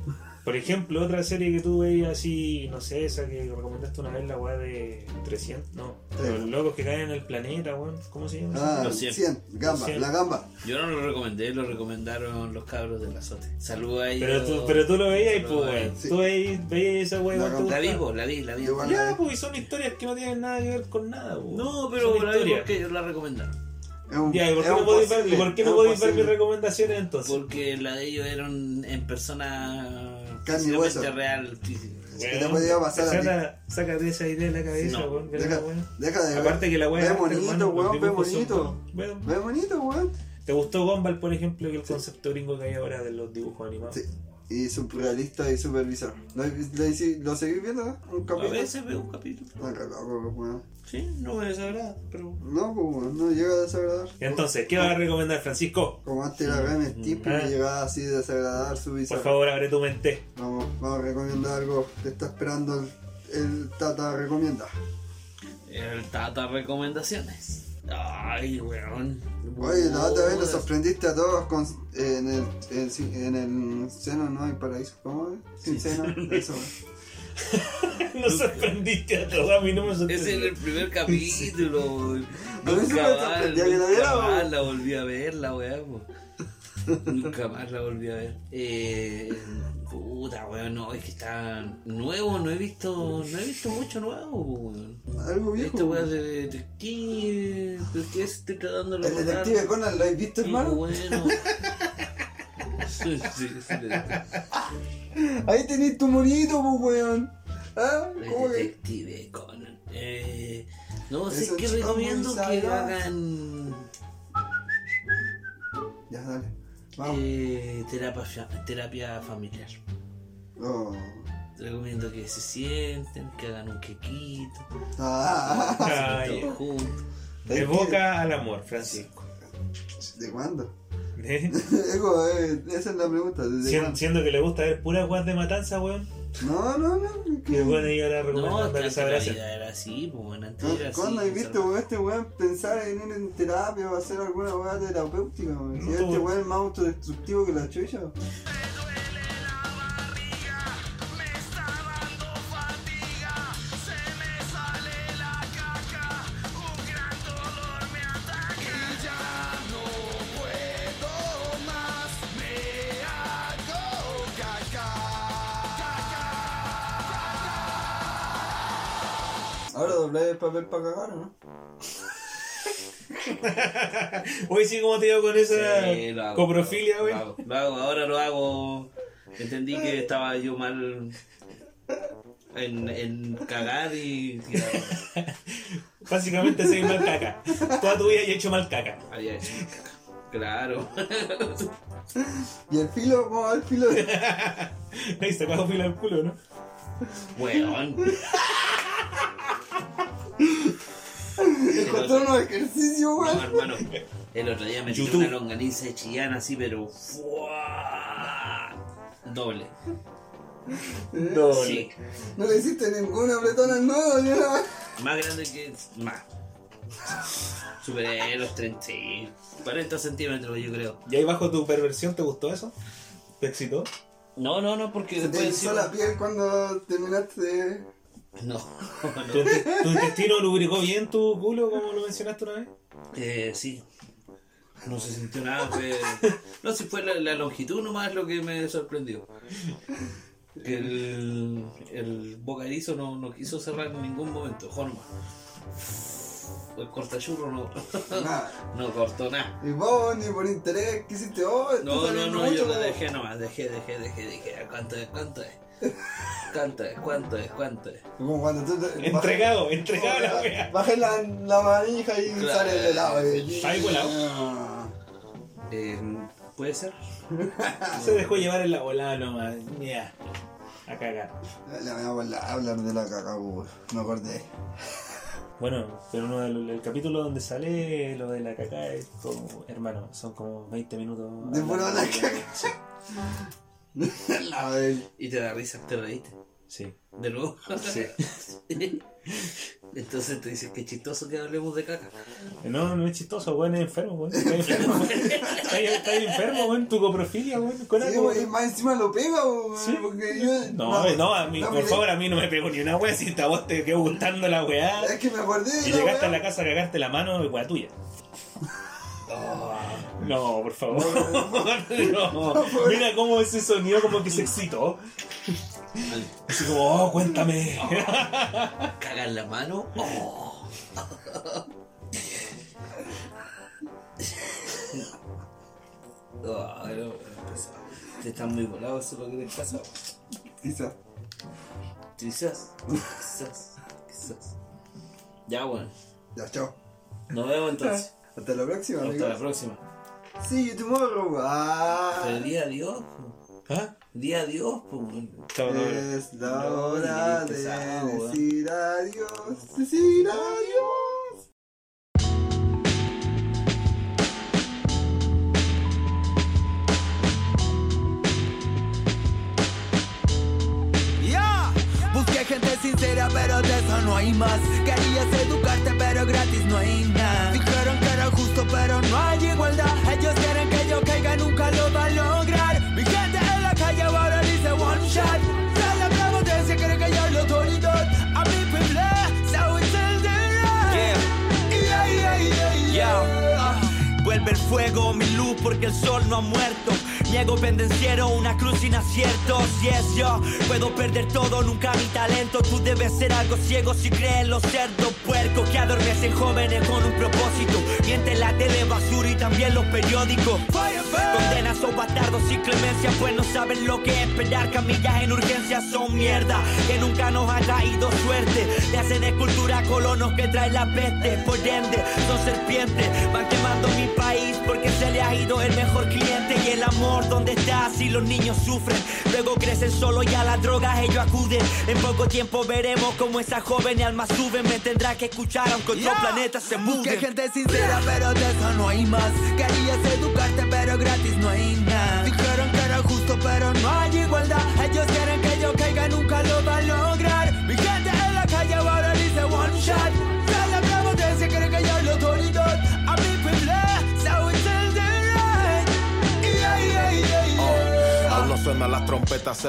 [SPEAKER 2] Por ejemplo, otra serie que tú veías así, no sé, esa que recomendaste una vez, la weá de 300, no, los locos que caen en el planeta, weón, ¿cómo se llama?
[SPEAKER 4] Ah,
[SPEAKER 3] Lo siento.
[SPEAKER 4] 100, gamba,
[SPEAKER 2] Lo siento.
[SPEAKER 4] la gamba.
[SPEAKER 3] Yo no lo recomendé, lo recomendaron los cabros del azote. Saludos a ellos.
[SPEAKER 2] pero, tú, pero tú lo veías, y pues, weón,
[SPEAKER 4] Sí.
[SPEAKER 2] tú veías, veías esa weá.
[SPEAKER 4] La
[SPEAKER 2] igual te
[SPEAKER 4] con-
[SPEAKER 3] La vi,
[SPEAKER 2] gustaba.
[SPEAKER 3] po, la vi, la vi.
[SPEAKER 4] Yo igual.
[SPEAKER 2] Ya, pues, y son historias que no tienen nada que ver con nada, weón.
[SPEAKER 3] No, pero
[SPEAKER 2] Son
[SPEAKER 3] la vi
[SPEAKER 2] historias.
[SPEAKER 3] porque ellos la recomendaron.
[SPEAKER 4] Es un-
[SPEAKER 2] Ya, ¿y por
[SPEAKER 4] es
[SPEAKER 2] qué no
[SPEAKER 4] un
[SPEAKER 2] podéis ver,
[SPEAKER 4] posible,
[SPEAKER 2] y por qué
[SPEAKER 4] es
[SPEAKER 2] no
[SPEAKER 4] un
[SPEAKER 2] podéis ver mis
[SPEAKER 4] posible.
[SPEAKER 2] recomendaciones entonces?
[SPEAKER 3] Porque la de ellos eran en persona
[SPEAKER 4] Carne y
[SPEAKER 3] físicamente
[SPEAKER 4] hueso.
[SPEAKER 3] real. física.
[SPEAKER 4] que te
[SPEAKER 2] Weón,
[SPEAKER 4] podía pasar a ti.
[SPEAKER 2] saca- Sácate esa idea de la cabeza,
[SPEAKER 3] No.
[SPEAKER 2] weón,
[SPEAKER 4] Deja,
[SPEAKER 2] weón.
[SPEAKER 4] deja de ver.
[SPEAKER 2] Aparte que la weá
[SPEAKER 4] Ve
[SPEAKER 2] es arte,
[SPEAKER 4] bonito,
[SPEAKER 2] hermano, los
[SPEAKER 4] weón, ve
[SPEAKER 2] dibujos son
[SPEAKER 4] bonito.
[SPEAKER 2] buenos. Bueno,
[SPEAKER 4] Ve bonito, weón.
[SPEAKER 2] ¿Te gustó Gumball, por ejemplo, que el concepto gringo que hay ahora de los dibujos animados?
[SPEAKER 4] Sí. Y surrealista y super bizarro. ¿Lo, lo, lo seguís viendo? eh? ¿Un
[SPEAKER 3] A
[SPEAKER 4] capítulo?
[SPEAKER 3] veces veo un capítulo.
[SPEAKER 4] Ah, cagado, weón.
[SPEAKER 3] Sí, no me desagrada, pero.
[SPEAKER 4] No, pues, weón, no llega a desagradar.
[SPEAKER 2] Y entonces, ¿qué vas a recomendar, Francisco?
[SPEAKER 4] Como antes era gran el tiempo
[SPEAKER 2] Ah.
[SPEAKER 4] que llegaba así de desagradar su
[SPEAKER 2] Por
[SPEAKER 4] bizarro.
[SPEAKER 2] favor, abre tu mente.
[SPEAKER 4] Vamos, vamos a recomendar algo que está esperando el, el Tata recomienda.
[SPEAKER 3] El Tata recomendaciones. Ay, weón.
[SPEAKER 4] Oye, la otra vez nos
[SPEAKER 3] Puta.
[SPEAKER 4] sorprendiste a todos con, en, el, en, sin- en el seno, ¿no? hay paraíso, ¿cómo es? Sin seno, eso.
[SPEAKER 2] Nos sorprendiste a todos, a mí no me
[SPEAKER 3] Ese era el
[SPEAKER 2] sorprendió.
[SPEAKER 3] primer capítulo. weón.
[SPEAKER 4] A mí se me
[SPEAKER 3] Nunca más,
[SPEAKER 4] sorprendió que la
[SPEAKER 3] nunca
[SPEAKER 4] viera,
[SPEAKER 3] más
[SPEAKER 4] weón.
[SPEAKER 3] la volví a ver, la weá. po. Nunca más la volví a ver. Eh, puta, weón, no, es que está nuevo, no he visto, no he visto mucho nuevo, po, weón.
[SPEAKER 4] Algo viejo.
[SPEAKER 3] Esta weá de detective, ¿de qué estoy tratando de
[SPEAKER 4] El
[SPEAKER 3] recordar?
[SPEAKER 4] detective Conan, ¿lo has visto,
[SPEAKER 3] Sí,
[SPEAKER 4] hermano?
[SPEAKER 3] Bueno. Sí, sí, sí, detective.
[SPEAKER 4] Ahí tenés tu monito, pues, weón. ¿Ah? ¿Cómo que?
[SPEAKER 3] Detective Conan. Eh, no sé
[SPEAKER 4] Eso
[SPEAKER 3] qué
[SPEAKER 4] está muy
[SPEAKER 3] recomiendo que
[SPEAKER 4] salado.
[SPEAKER 3] hagan
[SPEAKER 4] Ya, dale. Vamos.
[SPEAKER 3] eh, terapia, fa- terapia familiar. Eh.
[SPEAKER 4] Oh.
[SPEAKER 3] Recomiendo que se sienten, que hagan un quequito,
[SPEAKER 4] Ah,
[SPEAKER 2] Ay, eh,
[SPEAKER 3] todos juntos.
[SPEAKER 2] de boca al amor, Francisco.
[SPEAKER 4] ¿De cuándo?
[SPEAKER 2] ¿Eh?
[SPEAKER 4] Ego, eh, esa es la pregunta. ¿Desde
[SPEAKER 2] Sien-
[SPEAKER 4] cuándo?
[SPEAKER 2] Siendo que le gusta ver puras guas de matanza, weón.
[SPEAKER 4] No, no, no.
[SPEAKER 2] Y
[SPEAKER 4] ¿qué?
[SPEAKER 2] bueno, ella ahora
[SPEAKER 3] No, es que
[SPEAKER 2] recomendando
[SPEAKER 3] antes
[SPEAKER 2] esa
[SPEAKER 3] la
[SPEAKER 2] gracia.
[SPEAKER 3] vida era así, pues bueno, antes
[SPEAKER 4] ¿Cu-
[SPEAKER 3] era así.
[SPEAKER 4] ¿Cuándo has
[SPEAKER 3] esa-
[SPEAKER 4] visto weón, este weón pensar en ir en terapia o hacer alguna weá terapéutica? weón? Si
[SPEAKER 2] No,
[SPEAKER 4] este
[SPEAKER 2] weón.
[SPEAKER 4] weón es más autodestructivo que la chucha. weón. Ahora doblé el papel para cagar, ¿no?
[SPEAKER 2] Hoy sí, ¿cómo te digo con esa
[SPEAKER 3] Sí, lo hago,
[SPEAKER 2] coprofilia,
[SPEAKER 3] lo
[SPEAKER 2] weón?
[SPEAKER 3] hago, Lo hago, ahora lo hago. Entendí que estaba yo mal en, en cagar y tirar.
[SPEAKER 2] Básicamente soy mal caca. Toda tu vida he hecho mal caca.
[SPEAKER 3] Había hecho caca. Claro.
[SPEAKER 4] Y el filo, ¿cómo va el filo?
[SPEAKER 2] Ahí se acabó fila al culo, ¿no?
[SPEAKER 3] Weón.
[SPEAKER 4] Encontré unos ejercicios,
[SPEAKER 3] No,
[SPEAKER 4] weón.
[SPEAKER 3] hermano. El otro día me tiré
[SPEAKER 2] YouTube.
[SPEAKER 3] una longaniza de chillana así, pero. ¡fua! Doble.
[SPEAKER 2] Doble.
[SPEAKER 3] Sí.
[SPEAKER 4] Eh, No le hiciste ninguna bretona nueva, ni una
[SPEAKER 3] Más grande que. Más. Superé los 30, sí, 40 centímetros, yo creo.
[SPEAKER 2] ¿Y ahí bajo tu perversión te gustó eso? ¿Te excitó?
[SPEAKER 3] No, no, no, porque
[SPEAKER 4] Se te
[SPEAKER 3] después.
[SPEAKER 4] hizo la piel cuando terminaste de.
[SPEAKER 3] No, no.
[SPEAKER 2] ¿Tu, inte- tu intestino lubricó bien tu culo, como lo mencionaste una vez?
[SPEAKER 3] Eh, sí. No se sintió nada, fue... No, si fue la, la longitud nomás lo que me sorprendió. Que el, el bocarizo no, no quiso cerrar en ningún momento, Jorma. El cortachurro no,
[SPEAKER 4] Nada.
[SPEAKER 3] no cortó nada.
[SPEAKER 4] Y vos, ni por interés, que hiciste? Oh, esto
[SPEAKER 3] No,
[SPEAKER 4] salió
[SPEAKER 3] no, no,
[SPEAKER 4] mucho,
[SPEAKER 3] yo lo
[SPEAKER 4] weón.
[SPEAKER 3] dejé nomás, dejé, dejé, dejé, dejé. Ah, ¿Cuánto es? ¿Cuánto es? ¿Cuánto es? ¿Cuánto es? ¿Cuánto es?
[SPEAKER 4] Como cuando tú. te-
[SPEAKER 2] Entregado,
[SPEAKER 4] bajé-
[SPEAKER 2] entregado la wea.
[SPEAKER 4] Bajé la, la manija y
[SPEAKER 3] Claro.
[SPEAKER 4] sale el helado. y-
[SPEAKER 2] Sale volado.
[SPEAKER 4] Ah.
[SPEAKER 3] Eh, ¿Puede ser?
[SPEAKER 2] Se dejó llevar en la volada nomás. Ya. A cagar.
[SPEAKER 4] Ah, La voy a volar- a hablar de la caca, weón. Me acordé.
[SPEAKER 2] Bueno, pero uno del el capítulo donde sale lo de la caca es como, hermano, son como 20 minutos.
[SPEAKER 4] De pura
[SPEAKER 2] hablando
[SPEAKER 4] la caca.
[SPEAKER 2] Sí.
[SPEAKER 4] A ver,
[SPEAKER 3] Y te da risa, te reíste.
[SPEAKER 2] sí.
[SPEAKER 3] De nuevo.
[SPEAKER 2] Sí.
[SPEAKER 3] Entonces tú dices que chistoso que hablemos de caca.
[SPEAKER 2] No, no es chistoso, weón, es enfermo, weón. Está enfermo, weón. Está está enfermo, weón. Tu coprofilia, weón. Con
[SPEAKER 4] Sí,
[SPEAKER 2] algo,
[SPEAKER 4] güey, y más encima lo pega, güey,
[SPEAKER 2] Sí.
[SPEAKER 4] porque yo...
[SPEAKER 2] No, no, a mí,
[SPEAKER 4] no,
[SPEAKER 2] por
[SPEAKER 4] me-
[SPEAKER 2] favor, a mí no me pegó ni una weá. Si a vos te quedó gustando la weá
[SPEAKER 4] Es que me acordé de
[SPEAKER 2] y
[SPEAKER 4] la
[SPEAKER 2] llegaste a
[SPEAKER 4] weá.
[SPEAKER 2] la casa a cagarte la mano, es weá tuya. No, por favor. No. Mira cómo ese sonido como que se excitó. Así como, oh, cuéntame.
[SPEAKER 3] Caga en la mano. Oh. Ah, no, empezaba. Te están muy volados, eso es lo que te pasa.
[SPEAKER 4] Quizá.
[SPEAKER 3] Quizás, quizás, quizás. Ya, bueno.
[SPEAKER 4] Ya, chao.
[SPEAKER 3] Nos vemos entonces.
[SPEAKER 4] Hasta la próxima,
[SPEAKER 3] Hasta la
[SPEAKER 4] amigos.
[SPEAKER 3] próxima.
[SPEAKER 4] See you tomorrow. Ah,
[SPEAKER 3] Pero di adiós, po.
[SPEAKER 2] ¿Ah?
[SPEAKER 3] di adiós, po. weón.
[SPEAKER 2] Chao, todo bien.
[SPEAKER 4] es la
[SPEAKER 3] No,
[SPEAKER 4] hora
[SPEAKER 3] qué
[SPEAKER 4] de
[SPEAKER 3] pesado, weón.
[SPEAKER 4] decir adiós. Decir adiós.
[SPEAKER 1] Ya, busqué gente sincera, pero de eso no hay más. Querías educarte, pero gratis no hay nada. Dijeron que era justo, pero no hay igualdad. Ellos quieren que yo caiga, nunca lo va a lograr. Mi gente en la calle ahora dice one shot. Celebramos desde que creen que yo lo autoridad. A mi people, so it's in the right. Yeah, yeah, yeah, yeah. Vuelve el fuego, mi luz, porque el sol no ha muerto. Mi ego pendenciero, una cruz sin aciertos. Y es yo, puedo perder todo, nunca mi talento. Tú debes ser algo ciego si crees en los cerdos puercos que adormecen jóvenes con un propósito. Mienten la tele basura y también los periódicos. Condenas o bastardos sin clemencia, pues no saben lo que esperar. Camillas en urgencia son mierda, que nunca nos ha traído suerte. Le hacen escultura a colonos que traen la peste. Por ende, son serpientes, van quemando mi país porque se le ha ido el mejor cliente. Y el amor, ¿dónde está? Si los niños sufren, luego crecen solo y a las drogas ellos acuden. En poco tiempo veremos cómo esa joven alma sube. Me tendrá que escuchar aunque otro planeta se mude. gente sincera, pero de eso no hay más. Querías educarte, pero gratis no hay nada. Dijeron que era justo, pero no hay igualdad. Ellos quieren que yo caiga, nunca lo va a lograr. Mi gente en la calle ahora dice one shot. Celebramos desde que creen que yo lo autoridad. A mi people, so it's in the right. Yeah, yeah, yeah, yeah.
[SPEAKER 10] Aún no suenan las trompetas, se